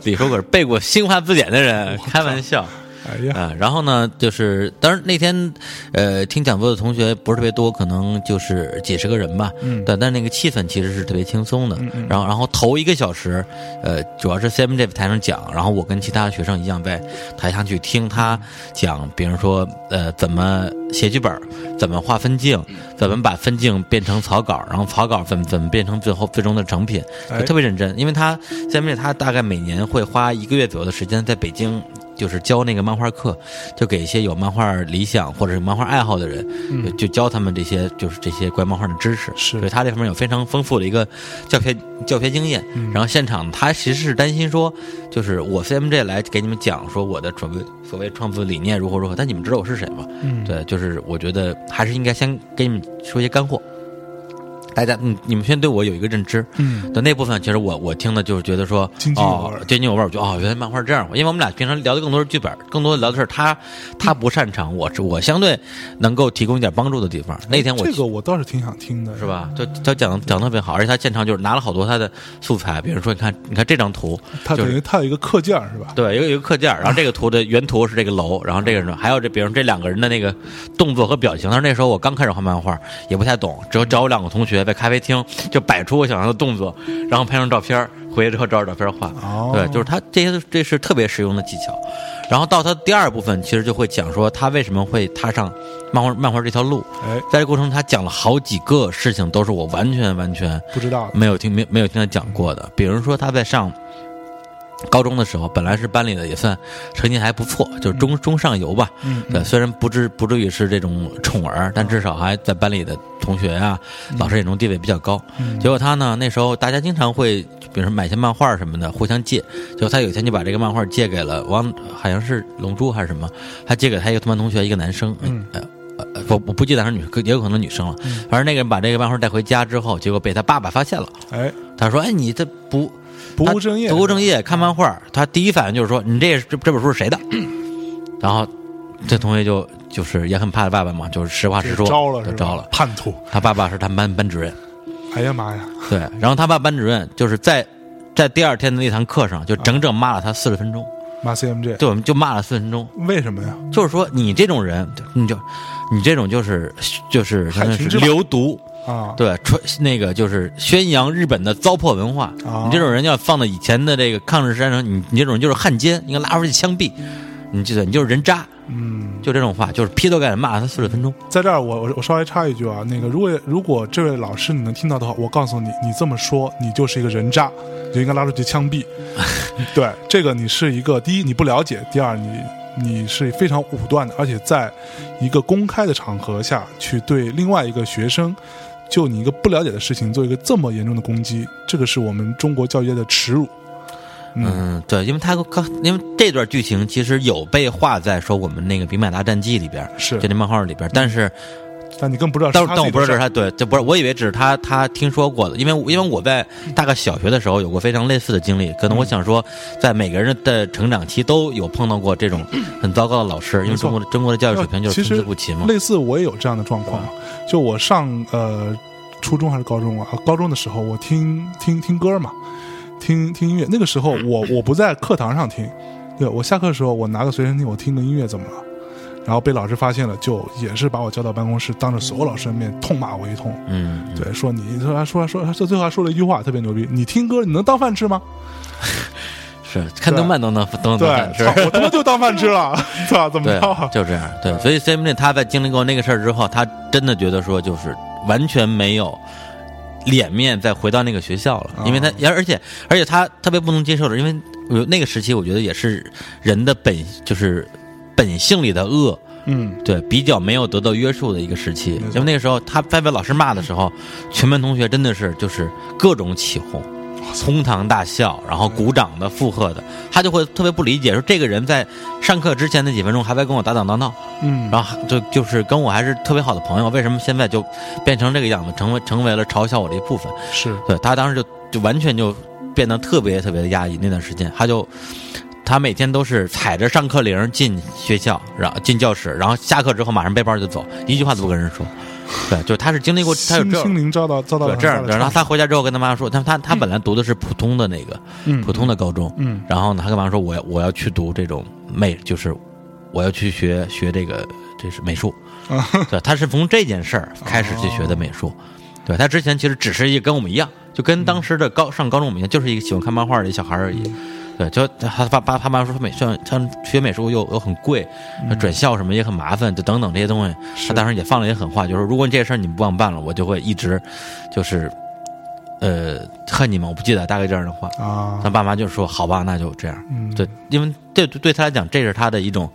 李叔可是背过新华字典的人，开玩笑。哎 呀，啊、然后呢，就是当然那天，呃，听讲座的同学不是特别多，可能就是几十个人吧。嗯，但但那个气氛其实是特别轻松的。嗯然后然后头一个小时，呃，主要是 CM 这台上讲，然后我跟其他的学生一样在台上去听他讲，比如说呃怎么写剧本儿，怎么画分镜，怎么把分镜变成草稿，然后草稿怎么怎么变成最后最终的成品，哎就特别认真，因为他 CM 他大概每年会花一个月左右的时间在北京。就是教那个漫画课，就给一些有漫画理想或者是漫画爱好的人，就就教他们这些就是这些关于漫画的知识。嗯是所以他这方面有非常丰富的一个教学教学经验。嗯然后现场他其实是担心说，就是我 CMJ 来给你们讲说我的所谓所谓创作理念如何如何，但你们知道我是谁吗？嗯对，就是我觉得还是应该先给你们说一些干货。大家，嗯，你们先对我有一个认知，嗯，的那部分，其实我我听的就是觉得说，津津有味哦儿，津津有味儿，我觉得哦，原来漫画是这样，因为我们俩平常聊的更多是剧本，更多聊的是他他不擅长，我是我相对能够提供一点帮助的地方。那天我哎这个我倒是挺想听的，是？吧？就他讲得讲得特别好，而且他现场就是拿了好多他的素材，比如说你看你看这张图，他就等是于他有一个课件儿是吧？对，有有一个课件儿，然后这个图的原图是这个楼，然后这个人还有这，比如这两个人的那个动作和表情。但是那时候我刚开始画漫画，也不太懂，只有找我两个同学在咖啡厅就摆出我想要的动作，然后拍张照片儿，回去之后照着照片儿画。哦对，就是他这些这是特别实用的技巧。然后到他第二部分，其实就会讲说他为什么会踏上漫画漫画这条路。哎，在这过程中，他讲了好几个事情，都是我完全完全不知道的，没有听没没有听他讲过的。比如说他在上高中的时候，本来是班里的也算成绩还不错，就是中、中上游吧。嗯对，虽然不至不至于是这种宠儿，但至少还在班里的同学啊、老师眼中地位比较高。结果他呢，那时候大家经常会，比如说买些漫画什么的，互相借。结果他有一天就把这个漫画借给了王，好像是《龙珠》还是什么，他借给他一个同班同学，一个男生。嗯呃呃，呃我我不记得是女，也有可能女生了。反正那个人把这个漫画带回家之后，结果被他爸爸发现了。哎，他说：“哎，你这不不务正业，不务正业，看漫画。”他第一反应就是说：“你这这这本书是谁的？”然后这同学就就是也很怕他爸爸嘛，就是实话实说，招了是就吧招了。叛徒，他爸爸是他们班班主任，哎呀妈呀，对，然后他爸班主任就是在在第二天的那堂课上，就整整骂了他四十分钟，骂 CMJ，对，我们就骂了四十分钟。为什么呀？就是说，你这种人，你就你这种就是就是害群之马流毒，啊，对，传那个就是宣扬日本的糟粕文化。啊你这种人要放到以前的这个抗日战争，你你这种人就是汉奸，应该拉出去枪毙。你记得，你就是人渣，嗯，就这种话，就是劈头盖脸啊骂了他四十分钟。在这儿我我我稍微插一句啊，那个如果如果这位老师你能听到的话，我告诉你，你这么说，你就是一个人渣，你就应该拉出去枪 毙。对，这个你是一个第一你不了解，第二你你是非常武断的，而且在一个公开的场合下去对另外一个学生。就你一个不了解的事情做一个这么严重的攻击，这个是我们中国教育界的耻辱。嗯嗯，对，因为他刚，因为这段剧情其实有被画在说我们那个《比马达战记》里边，是就那漫画里边，但是但你更不知道但是是他但自我己不的知事儿，道是他对，这不是，我以为只是他他听说过的，因为我因为我在大概小学的时候有过非常类似的经历，可能我嗯想说，在每个人的成长期都有碰到过 这种很糟糕的老师，因为中国的中国的教育水平就是其实参差不齐嘛。类似我也有这样的状况，嗯就我上呃初中还是高中啊？高中的时候我听听听歌嘛，听听音乐。那个时候嗯我我不在课堂上听，对我下课的时候我拿个随身听，我听个音乐怎么了？然后被老师发现了，就也是把我叫到办公室，当着所有老师的面痛骂我一通。嗯，嗯对，说你说他说说他最后还说了一句话特别牛逼，你听歌你能当饭吃吗？是看动漫都能都能对看，是 操我他妈就当饭吃了， 操怎么对着啊？，就这样。对，所以 Sam Lin 他在经历过那个事儿之后，他真的觉得说，就是完全没有脸面再回到那个学校了啊，因为他，而而且而且他特别不能接受的，因为呃那个时期，我觉得也是人的本就是本性里的恶，嗯，对，比较没有得到约束的一个时期没。错因为那个时候他在被老师骂的时候，全班同学真的是就是各种起哄。哄堂大笑，然后鼓掌的、附和的，他就会特别不理解，说这个人在上课之前那几分钟还在跟我打打闹闹，嗯，然后就就是跟我还是特别好的朋友，为什么现在就变成这个样子，成为成为了嘲笑我的一部分？是对他当时就就完全就变得特别特别的压抑。那段时间，他就他每天都是踩着上课铃进学校，然后进教室，然后下课之后马上背包就走，一句话都不跟人说。对，就他是经历过，他有心这心灵遭到遭到对了这样的。很大然后的他回家之后跟他妈说，他他他本来读的是普通的那个嗯普通的高中，嗯然后呢，他跟妈说我要我要去读这种美，就是我要去学学这个这是美术，对，他是从这件事儿开始去学的美术，对他之前其实只是一个跟我们一样，就跟当时的高上高中我们一样，就是一个喜欢看漫画的一小孩儿而已。对，就他爸爸他妈说他美像像学美术又又很贵，转校什么也很麻烦，就等等这些东西。他当时也放了一些狠话，就是如果你这事儿你不忘办了，我就会一直就是呃恨你们，我不记得大概这样的话。啊他，爸妈就说：“好吧，那就这样。嗯对，因为对对对他来讲，这是他的一种，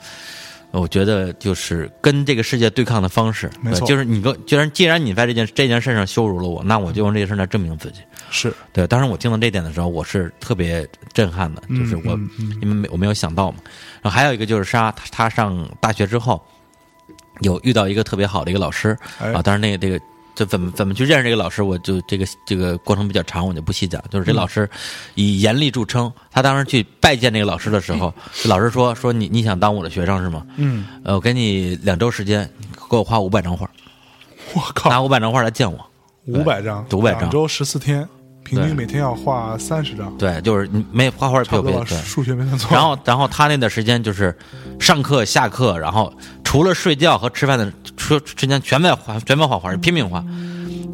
我觉得就是跟这个世界对抗的方式。没对错就是你跟，既然既然你在这件这件事上羞辱了我，那我就用这个事儿来证明自己。是对，当时我听到这点的时候，我是特别震撼的，就是我、嗯嗯因为没我没有想到嘛。然后还有一个就是莎，她她上大学之后有遇到一个特别好的一个老师、哎啊，当然那个这个。就怎么怎么去认识这个老师，我就这个这个过程比较长，我就不细讲。就是这嗯老师以严厉著称，他当时去拜见那个老师的时候，这老师说说你你想当我的学生是吗？嗯，呃，我给你两周时间，给我画五百张画，我拿靠，五百张画来见我。五百张， 500张两周十四天，平对均每天要画三十张，对，就是你没画画差就不别多吧对，数学没算错。然后， 然后他那段时间就是上课、下课，然后除了睡觉和吃饭的说之间，全在画，全在画画，拼命画。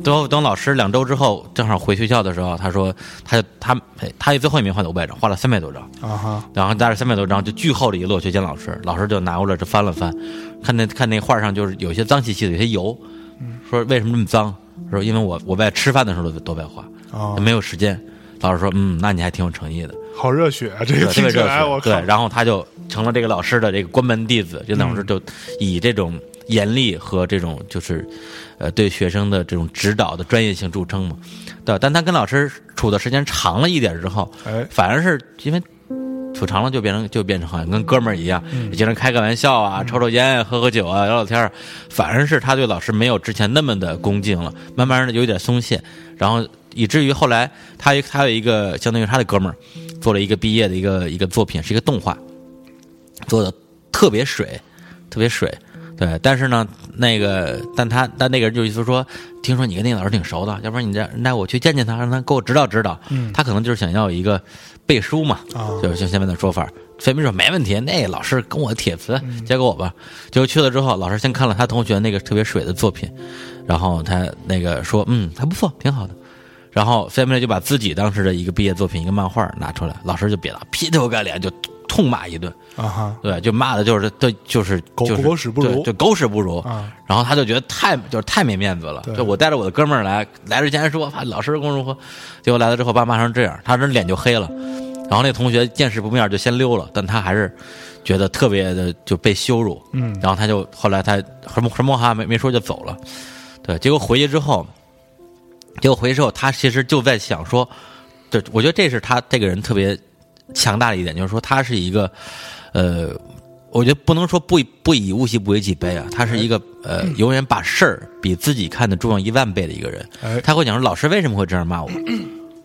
等等老师两周之后，正好回学校的时候，他说他他他最后一名画了五百张，画了三百多张，啊哈，然后带着三百多张就巨厚的一摞去见老师，老师就拿过来就翻了翻，看那看那画上就是有些脏兮兮的，有些油，说为什么这么脏？说因为我我在吃饭的时候都都在画，哦没有时间。老师说嗯，那你还挺有诚意的。好热血啊！这个对，特听别起热来，我情。靠，对，然后他就成了这个老师的这个关门弟子，这嗯老师就以这种严厉和这种就是，呃，对学生的这种指导的专业性著称嘛。对，但他跟老师处的时间长了一点之后，哎反而是因为。处长了就变成就变成好像跟哥们儿一样，也经常开个玩笑啊，抽抽烟啊、喝喝酒啊、聊聊天儿。反而是他对老师没有之前那么的恭敬了，慢慢的有点松懈，然后以至于后来他有他有一个相当于他的哥们儿做了一个毕业的一个一个作品，是一个动画，做的特别水，特别水。对，但是呢，那个，但他但那个人就意思说，听说你跟那个老师挺熟的，要不然你这，那我去见见他，让他给我指导指导。嗯他可能就是想要一个背书嘛，啊就是像下面的说法。菲比说没问题，那老师跟我铁磁，嗯交给我吧。结果去了之后，老师先看了他同学那个特别水的作品，然后他那个说，嗯，还不错，挺好的。然后 family 就把自己当时的一个毕业作品、一个漫画拿出来，老师就瘪了，劈头盖脸就痛骂一顿，啊哈，对，就骂的就是对，就是狗就是狗屎不如对就狗屎不如啊。然后他就觉得太就是太没面子了对，就我带着我的哥们儿来，来之前还说啊老师公如何，结果来了之后把他骂成这样，他这脸就黑了。然后那同学见势不妙就先溜了，但他还是觉得特别的就被羞辱，嗯然后他就后来他什么什么话没没说就走了，对，结果回去之后，结果回去之后他其实就在想说，这我觉得这是他这个人特别强大的一点，就是说他是一个，呃，我觉得不能说不以不以物喜，不以己悲啊，他是一个呃，嗯永远把事儿比自己看得重要一万倍的一个人。哎，他会讲说，老师为什么会这样骂我？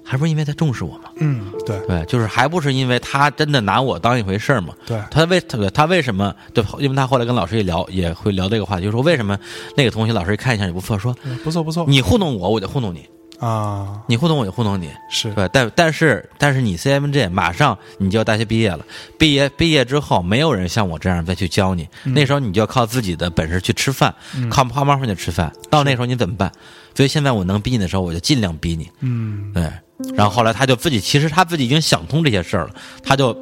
还不是因为他重视我嘛？嗯，对对，就是还不是因为他真的拿我当一回事儿嘛？对他为他他为什么对？因为他后来跟老师一聊，也会聊这个话题，就是说为什么那个同学老师一看一下就不错，说嗯不错不错你糊弄我，我就糊弄你；啊，你糊弄我，我就糊弄你。是对，但但是但是你 CMJ 马上你就要大学毕业了，毕业毕业之后，没有人像我这样再去教你，那时候你就要靠自己的本事去吃饭，靠靠妈妈去吃饭。到那时候你怎么办？所以现在我能逼你的时候，我就尽量逼你。嗯对，然后后来他就自己，其实他自己已经想通这些事儿了，他就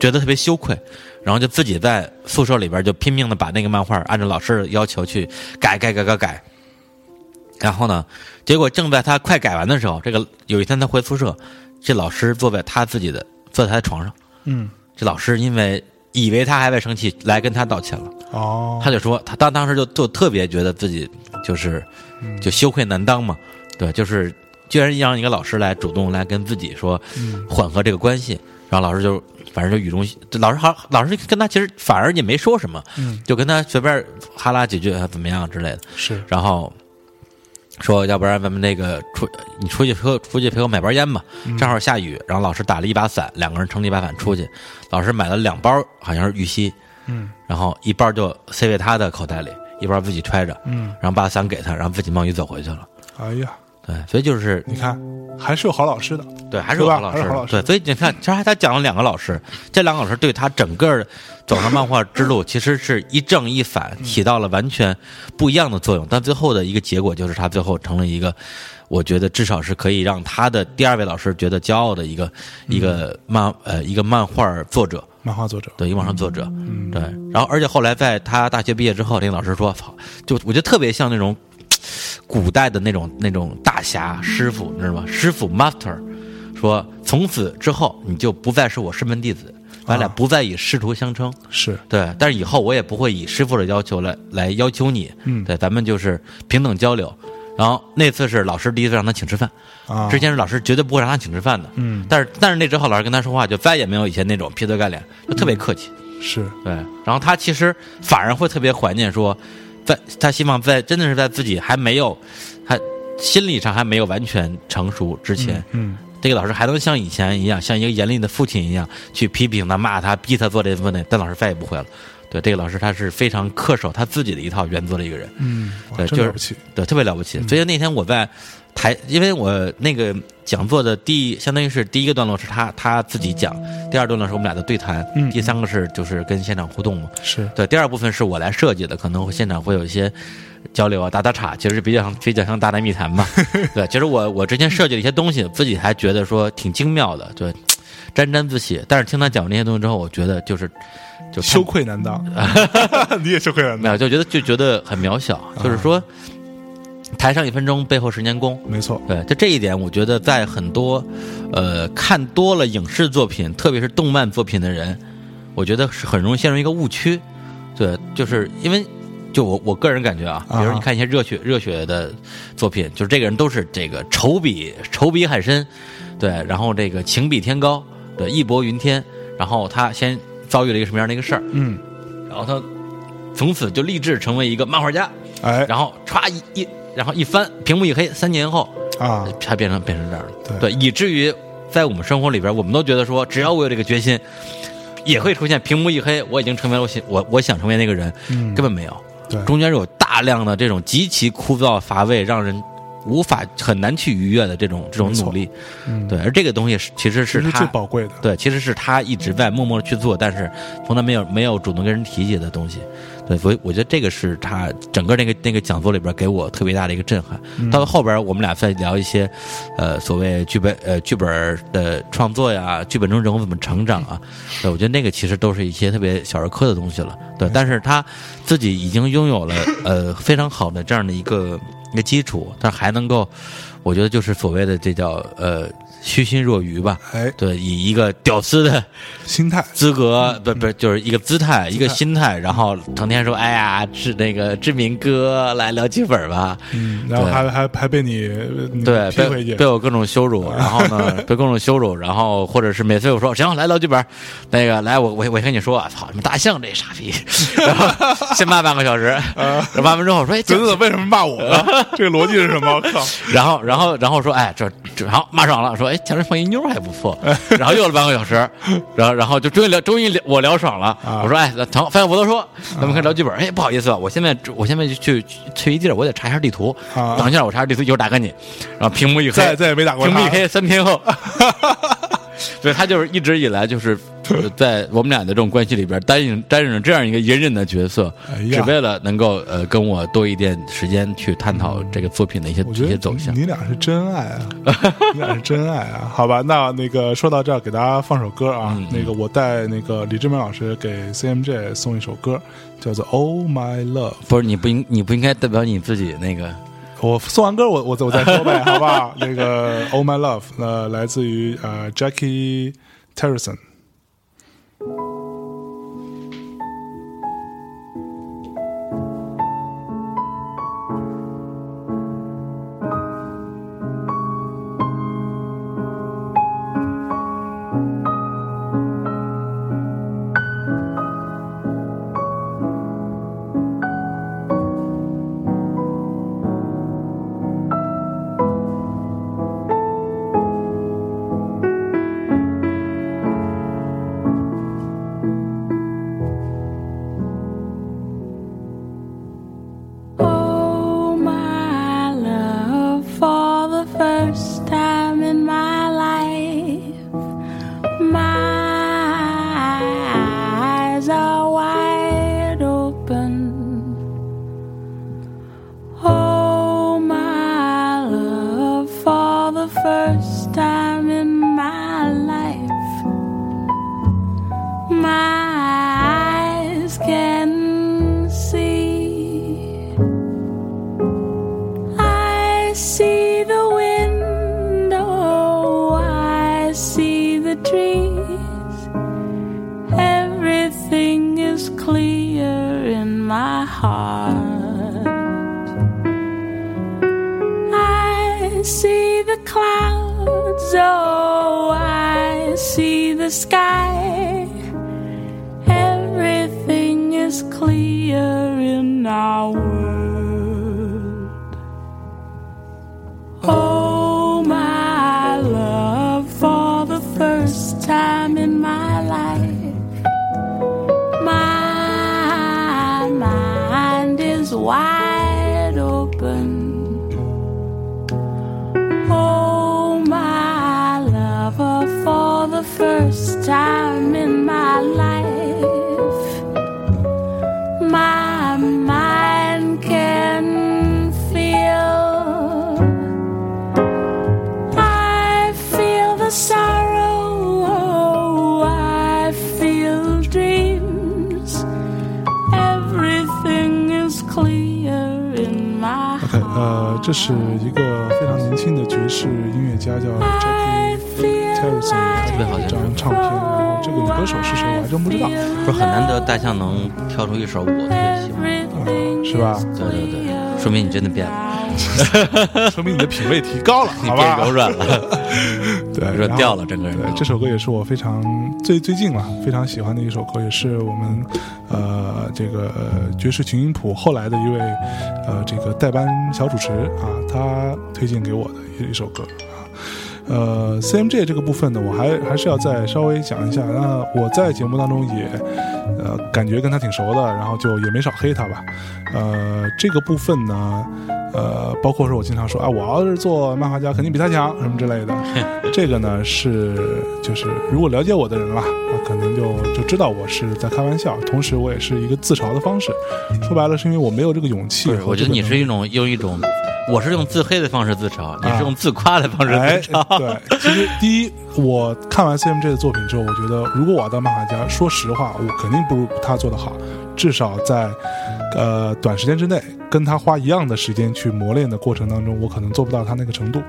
觉得特别羞愧，然后就自己在宿舍里边就拼命的把那个漫画按照老师的要求去改改改改改。然后呢，结果正在他快改完的时候，这个有一天他回宿舍，这老师坐在他自己的坐在他的床上，嗯这老师因为以为他还在生气，来跟他道歉了。哦，他就说，他当当时就就特别觉得自己就是嗯就羞愧难当嘛，对，就是居然让一个老师来主动来跟自己说嗯缓和这个关系，然后老师就反正就语中，老师好，老师跟他其实反而也没说什么，嗯就跟他随便哈拉几句啊怎么样之类的，是然后说要不然咱们那个出你出去喝出去陪我买包烟吧，嗯正好下雨，然后老师打了一把伞，两个人撑着一把伞出去，老师买了两包好像是玉溪，嗯然后一半就塞在他的口袋里，一半自己揣着，嗯，然后把伞给他，然后自己冒雨走回去了。哎呀，对，所以就是你看还是有好老师的，对，还是有对吧好老还师是好的。老师对，所以你看，其实他讲了两个老师，这两个老师对他整个走上漫画之路，其实是一正一反，起到了完全不一样的作用。但最后的一个结果就是，他最后成了一个，我觉得至少是可以让他的第二位老师觉得骄傲的一个、一个漫呃一个漫画作者。漫画作者，对，一网上作者，嗯对，然后而且后来在他大学毕业之后，那个老师说，操，就我觉得特别像那种古代的那种那种大侠师傅，你知道吗？师傅 master 说，从此之后你就不再是我师门弟子，咱俩啊不再以师徒相称。是对，但是以后我也不会以师傅的要求来来要求你，嗯对，咱们就是平等交流。然后那次是老师第一次让他请吃饭，啊，之前是老师绝对不会让他请吃饭的，嗯但是但是那之后老师跟他说话就再也没有以前那种劈头盖脸，就特别嗯客气，是对，然后他其实反而会特别怀念说，在他希望在真的是在自己还没有，还心理上还没有完全成熟之前，嗯这个老师还能像以前一样，像一个严厉的父亲一样去批评他、骂他、逼他做这做那，但老师再也不会了。对，这个老师他是非常恪守他自己的一套原则的一个人。嗯，哇对真就了是不起，嗯对，特别了不起。所以那天我在台，因为我那个讲座的第，相当于是第一个段落是他他自己讲，第二段落是我们俩的对谈，嗯第三个是就是跟现场互动嘛。是对，第二部分是我来设计的，可能会现场会有一些交流啊，打打岔，其实比较像比较像大内密 谈嘛。对，其实我我之前设计了一些东西，自己还觉得说挺精妙的，对，沾沾自喜。但是听他讲完这些东西之后，我觉得就是就太羞愧难 当，你也羞愧难没当，有，就觉得就觉得很渺小，就是啊说台上一分钟，背后十年功。没错，对，就这一点，我觉得在很多，呃，看多了影视作品，特别是动漫作品的人，我觉得是很容易陷入一个误区。对，就是因为，就我我个人感觉啊，比如啊你看一些热血热血的作品，就是这个人都是这个仇比仇比很深，对，然后这个情比天高，对，义薄云天，然后他先遭遇了一个什么样的一个事儿，嗯，然后他从此就立志成为一个漫画家，哎然后歘一一，然后一翻屏幕一黑，三年后。啊，它变成变成这样了。对以至于在我们生活里边，我们都觉得说，只要我有这个决心，也会出现屏幕一黑，我已经成为了我想我我想成为那个人，嗯根本没有。对，中间有大量的这种极其枯燥乏味，让人无法很难去逾越的这种这种没错努力。嗯，对，而这个东西是其实这是是他最宝贵的。对，其实是他一直在默默地去做，但是从来没有没有主动跟人提起的东西。对，所以我觉得这个是他整个那个那个讲座里边给我特别大的一个震撼。到了后边我们俩再聊一些，呃，所谓剧本呃剧本的创作呀，剧本中人物怎么成长啊，对，我觉得那个其实都是一些特别小儿科的东西了。对，但是他自己已经拥有了呃非常好的这样的一个一个基础，但还能够，我觉得就是所谓的这叫呃虚心若愚吧。哎，对，以一个屌丝的心态资嗯格，不不，就是一个姿态，一个心态，然后成天说，哎呀，志那个志明哥来聊剧本吧，嗯，然后对还还还被你你对，批回去被， 被我各种羞辱，然后呢，被各种羞辱，然后或者是每次我说行，来聊剧本，那个来我我我跟你说，操你们大象这傻逼，然后先骂半 个小时，啊骂完之后我说，哎，泽这泽为什么骂我呢？ 这个逻辑是什么？我靠！然后，然后，然后说，哎，这这好骂爽了，说，哎，前面放一妞儿还不 错，然后又了半个小时，然后，然后就终于聊，终于聊我聊爽了，啊我说，哎，那成，反正我都说，咱们开始聊剧本，哎，不好意思啊，我现在我现在就去去去一地儿，我得查一下地图，啊等一下我查下地图一会儿打给你，然后屏幕一黑，再再也没打过屏幕他一黑，三天 后，对他就是一直以来就是呃在我们俩的这种关系里边担任担任着这样一个隐忍的角色哎，呀只为了能够呃跟我多一点时间去探讨这个作品的一些我一觉些得走向。你俩是真爱啊， 你俩是真爱啊，好吧？那那个说到这儿，给大家放首歌啊，嗯那个我带那个李志明老师给 CMJ 送一首歌，叫做《Oh My Love》。不是你不应你不应该代表你自己那个我送完歌我，我再我再说呗， 好不好？那个《Oh My Love》那来自于呃 Jackie Terrison。 Oh my love, for the first time in my life, my eyes are wide open. Oh my love, for the first time in my life, my eyes can see. I see the window, I see the trees. Everything is clear in my heart. I see the clouds, oh, I see the sky. Everything is clear in our world. Oh, my love, for the first time in my life, my mind is wide open. Oh, my lover, for the first time in my life. My mind can feel. I feel the sorrow. I feel dreams. Everything is clear in my OK，呃， heart. 这是一个非常年轻的爵士音乐家，叫 I Jackie feel Terrison，他 like 的一张唱片。然后这个女歌手是谁，我还真不知道。不 是很难得大象能挑出一首我特别喜欢。 everything 啊是吧 is 对对对， clear 说明你真的变 in 了， our 说明你的品味提高了，你好变柔吧？软了，对，软然后掉了，整个人对，都这首歌也是我非常最最近了非常喜欢的一首歌，也是我们呃这个呃爵士群音谱后来的一位呃这个代班小主持啊，他推荐给我的一一首歌啊。呃，CMJ 这个部分呢，我还还是要再稍微讲一下。那我在节目当中也呃，感觉跟他挺熟的，然后就也没少黑他吧。呃，这个部分呢，呃，包括说我经常说啊，我要是做漫画家，肯定比他强什么之类 的。这个呢是就是如果了解我的人啦，那可能就就知道我是在开玩笑，同时我也是一个自嘲的方式。说白了，是因为我没有这个勇气不和这个能力。是，我觉得你是一种用一种，我是用自黑的方式自嘲，你是用自夸的方式啊哎，自嘲。对，其实第一，我看完 CMJ 的作品之后，我觉得如果我要当漫画家，说实话，我肯定不如他做的好，至少在呃短时间之内，跟他花一样的时间去磨练的过程当中，我可能做不到他那个程度。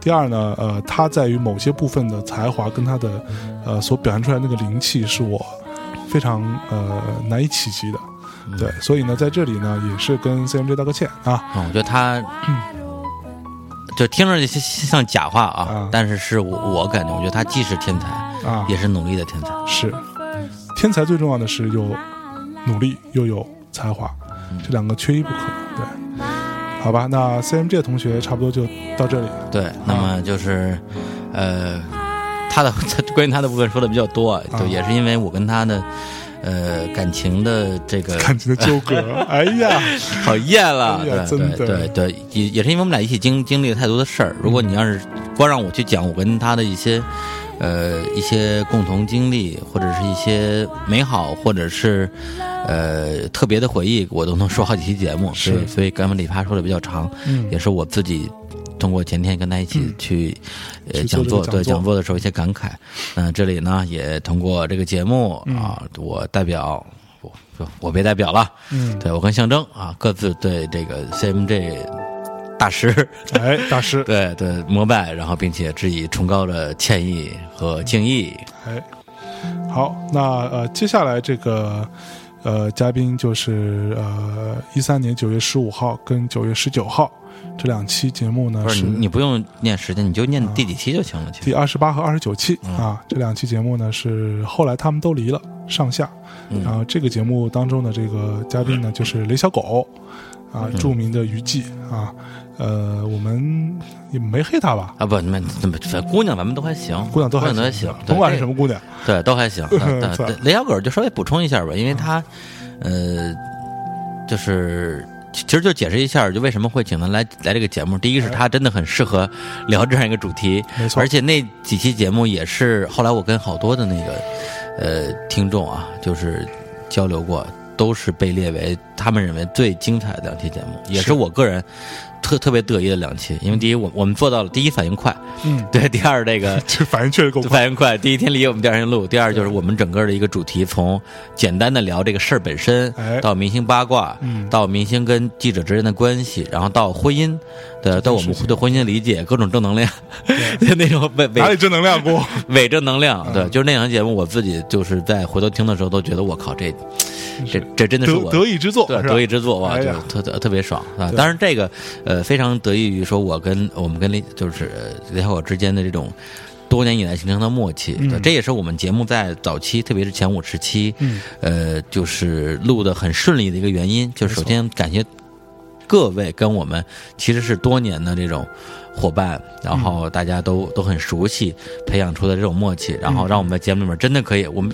第二呢，呃，他在于某些部分的才华跟他的呃所表现出来那个灵气，是我非常呃难以企及的。对，所以呢，在这里呢，也是跟 CMJ 道个歉啊。嗯，我觉得他就听着像像假话啊啊，但是是我我感觉，我觉得他既是天才，啊也是努力的天才。是，天才最重要的是有努力又有才华，嗯这两个缺一不可。对，好吧，那 CMG 的同学差不多就到这里。对，那啊么就是，呃，他的 他关于他的部分说的比较多，啊啊就也是因为我跟他的呃感情的这个感情的纠葛， 哎呀，讨厌了，哎呀对真的对对对，也也是因为我们俩一起经经历了太多的事儿。嗯如果你要是光让我去讲我跟他的一些，呃，一些共同经历，或者是一些美好，或者是呃特别的回忆，我都能说好几期节目。是所以所以刚才李趴说的比较长，嗯也是我自己。通过前天跟他一起去，呃，去做讲这个座讲座对讲座的时候一些感慨，嗯、这里呢也通过这个节目、嗯啊，我代表我我别代表了，嗯，对我跟象征啊，各自对这个 CMJ 大师哎，大师，对对膜拜，然后并且致以崇高的歉意和敬意。哎，好，那呃，接下来这个呃嘉宾就是呃一三年九月十五号跟九月十九号这两期节目呢不是是你，你不用念时间，你就念第几期就行了。其实第二十八和二十九期、嗯啊，这两期节目呢是后来他们都离了上下，嗯然后啊这个节目当中的这个嘉宾呢就是雷小狗嗯啊，著名的娱记啊，呃，我们也没黑他吧，啊，不，你们怎么姑娘咱们都还行，姑娘都还都还行行，，甭管是什么，么姑娘，对，都还行。对对错对雷小狗就稍微补充一下吧，因为他，呃，就是。其其实就解释一下，就为什么会请他来来这个节目。第一是他真的很适合聊这样一个主题，没错而，且那几期节目也是后来我跟好多的那个呃听众啊，就是交流过，都是被列为他们认为最精彩的两期节目，也是是我个人特特别得意的两期。因为第一，我我们做到了第一反应快，嗯，对；第二，这个这反应确实 够快，反应快，第一天离我们第二天录；第二就是我们整个的一个主题，从简单的聊这个事儿本身哎，到明星八卦，嗯到明星跟记者之间的关系，然后到婚姻的，到我们对婚姻的理解，各种正能量，就 那种伪哪伪里嗯正能量 过？伪正能量，对，就是那档节目，我自己就是在回头听的时候都觉得，我靠，这这这真的是得我得意之作，对是吧得意之作哇，哎就呀特特特别爽啊！当然，这个呃非常得益于说我跟我们跟李就是呃李小狗之间的这种多年以来形成的默契，对，这也是我们节目在早期，特别是前五十期，嗯呃，就是录的很顺利的一个原因，就是首先感谢各位跟我们其实是多年的这种伙伴，然嗯后大家都、都很熟悉，培养出的这种默契，嗯然后让我们在节目里面真的可以，我们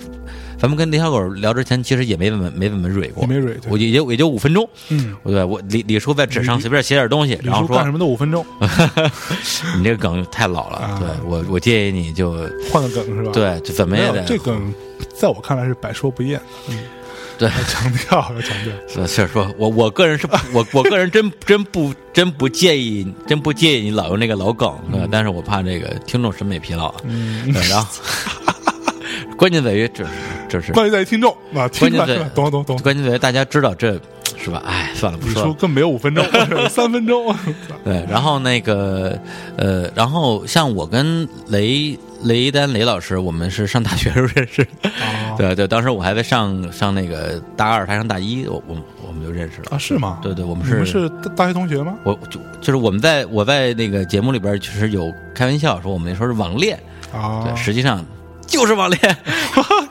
咱们跟李小狗聊之前，其实也没怎么没怎么蕊过，也没蕊对我也就也就五分钟，嗯，对我李李叔在纸上随便写点东西，李然后叔干说嗯什么都五分钟， 你这个梗太老了，啊对我我建议你就换个梗是吧？。对就怎么没也有得这梗，在我看来是百说不厌。对。要强调，要强调。是是说，我我个人是不我我个人真真不真不介意，真不介意你老用那个老梗，嗯对吧但是我怕这个听众审美疲劳。嗯，对，然后 关键在于这这是关键在于听众啊，听关出来键是在吧？懂懂懂。关键在于大家知道这是吧？哎，算了，不李说叔了。更没有五分 钟，三分钟。 对，然后那个呃，然后像我跟雷雷丹雷老师，我们是上大学时候认识的，啊对对，当时我还在上上那个大二，他上大一，我我我们就认识了。啊，是吗？对对，我们你们是大大学同学吗？我就就是我们在我在那个节目里边，就是有开玩笑说我们说是网恋，啊 对，，实际上就是网恋。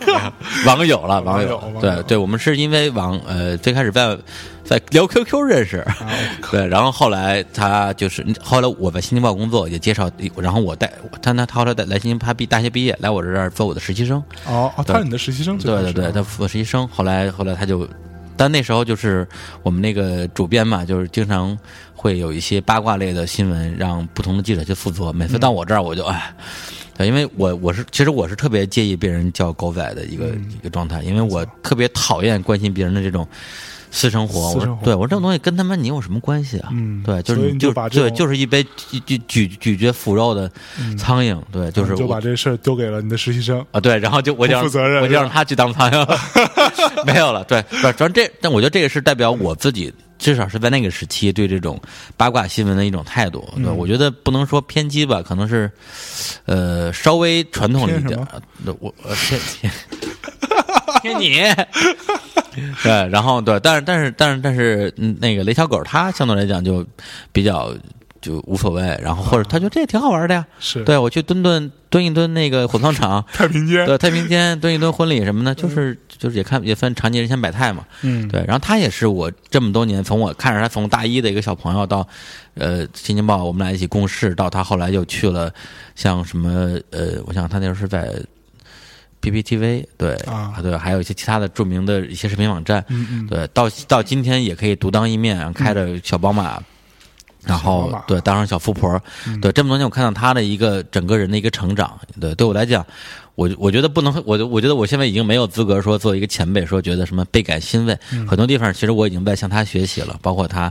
呀，网友了，网网友友网，友对对，我们是因为网呃最开始在在聊 QQ 认识， 对，然后后来他就是后来我在新京报工作也介绍，然后我带他他他后来来新京他毕大学毕业来我这儿做我的实习生，哦哦，他是你的实习生，最对开始对啊对，他做实习生，后来后来他就，但那时候就是我们那个主编嘛，就是经常会有一些八卦类的新闻，让不同的记者去负责。每次到我这儿，我就哎，对，因为我我是其实我是特别介意被人叫狗仔的一个、嗯一个状态，因为我特别讨厌关心别人的这种。私生活，私我生说活对我说这种东西跟他妈你有什么关系啊？嗯对，就是所以你就就把这对，种嗯就是一杯咀咀咀咀嚼腐肉的苍蝇，对，就是你就我把这事儿丢给了你的实习生。啊，对，然后就我就让不负责任我就让是吧他去当苍 蝇，没有了。对，不是主要这，但我觉得这个是代表我自己，至少是在那个时期对这种八卦新闻的一种态度。对，嗯我觉得不能说偏激吧，可能是呃稍微传统一偏什点么。呃我呃偏 偏偏你。对，然后对，但是但是但是但是，嗯那个雷小狗他相对来讲就比较就无所谓，然后或者他觉得这也挺好玩的呀，啊是对我去蹲蹲蹲一蹲那个火葬场，太平 间，对，太平间蹲一蹲婚礼什么的，就是就是也看也分长期人间百态嘛。嗯，对，然后他也是我这么多年从我看着他从大一的一个小朋友到，呃，新京报我们俩一起共事，到他后来又去了像什么呃，我想他那时候是在 PPTV 对啊对，还有一些其他的著名的一些视频网站，嗯嗯，对，到到今天也可以独当一面，然后开着小宝马，然小宝嗯后马对当上小富婆，对这么多年我看到他的一个整个人的一个成长，对对我来讲，我我觉得不能，我我觉得我现在已经没有资格说作为一个前辈说觉得什么倍感欣慰，嗯很多地方其实我已经在向他学习了，包括他，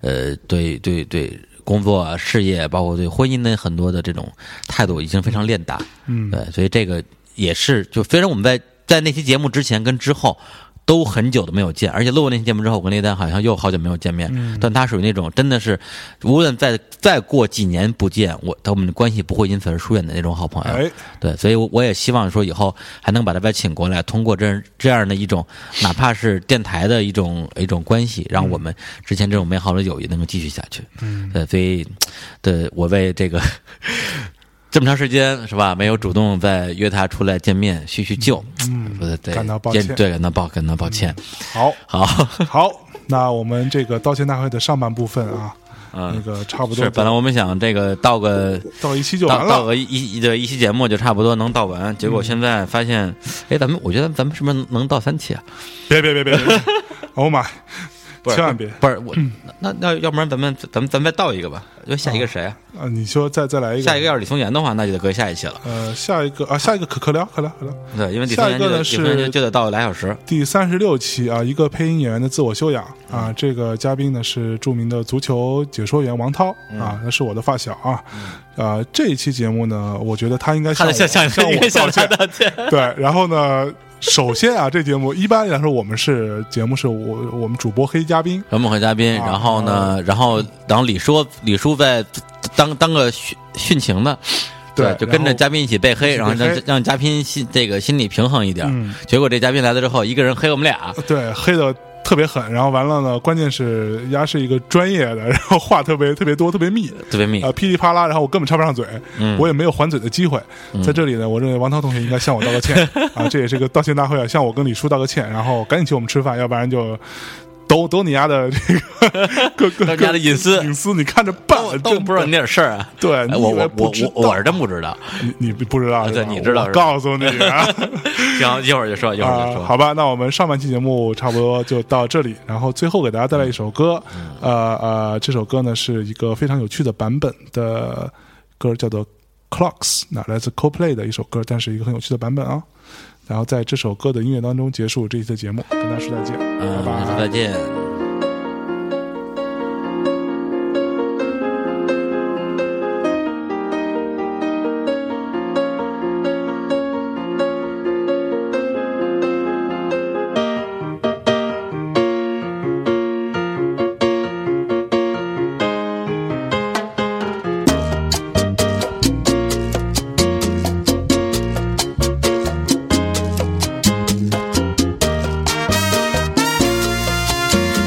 呃，对对对。工作啊、事业，包括对婚姻的很多的这种态度，已经非常练达。嗯对，所以这个也是，就虽然我们在在那期节目之前跟之后都很久都没有见，而且录过那期节目之后，我跟雷丹好像又好久没有见面，但他属于那种真的是，无论再再过几年不见，我他们的关系不会因此而疏远的那种好朋友。哎，对，所以我我也希望说以后还能把他再请过来，通过这这样的一种，哪怕是电台的一种一种关系，让我们之前这种美好的友谊能够继续下去。嗯，对，所以，对我为这个 这么长时间是吧，没有主动再约他出来见面叙叙旧，嗯，对对，感到抱歉嗯也对，感到抱感到抱歉。好，好，好，那我们这个道歉大会的上半部分啊，那嗯。个差不多 是，本来我们想这个到个到一期 就完到到了，嗯个一一对一期节目就差不多能到完，结果现在发现，哎，咱们我觉得咱们是不是能到三期啊？别别别别别 ，Oh my，是千万别不是我，那那要不然咱们咱们咱们再倒一个吧？就下一个谁啊？啊！你说再再来一个，下一个要是李松岩的话，那就得搁下一期了。呃，下一个啊，下一个可可聊可聊可聊，对，因为李下松一岩个就得呢李是松岩就就得到俩小时。第三十六期啊，一个配音演员的自我修养啊，嗯这个嘉宾呢是著名的足球解说员王涛嗯啊，那是我的发小啊，啊，这一期节目呢，我觉得他应该他向的想我想向应我该道向他歉，道歉。对，然后呢。首先啊，这节目一般来说，我们是节目是我我们主播黑嘉宾，我们和嘉宾，啊然后呢，然后然后李叔李叔在当当个殉殉情的，对就跟然着后嘉宾一起被黑，然后一起被让黑让嘉宾心这个心理平衡一点嗯。结果这嘉宾来了之后，一个人黑我们 俩，对，黑的特别狠，然后完了呢，关键是丫是一个专业的，然后话特别特别多，特别密。特别密 啊、。噼里啪啦，然后我根本插不上嘴，哎嗯我也没有还嘴的机会。在这里呢，我认为王涛同学应该向我道个 歉啊，这也是个道歉大会啊，向我跟李叔道个歉，然后赶紧请我们吃饭，要不然就抖抖你丫的这 个各各大家的各隐私隐 私，你看着办， 都真不知道的你点事儿啊。对，哎你我以为我不我知我我道是真不知道。你你不知道啊对对吧，你知道我是吧告诉你啊。行，一会儿就说，一会儿就啊、说。好吧，那我们上半期节目差不多就到这里，然后最后给大家带来一首歌，嗯呃呃，这首歌呢是一个非常有趣的版本的歌，叫做《Clocks》，那来自 Coldplay 的一首歌，但是一个很有趣的版本啊。然后在这首歌的音乐当中结束这一次节目，跟大家说再见，嗯，拜下次拜再。见。 Clocks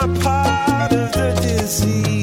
another disease.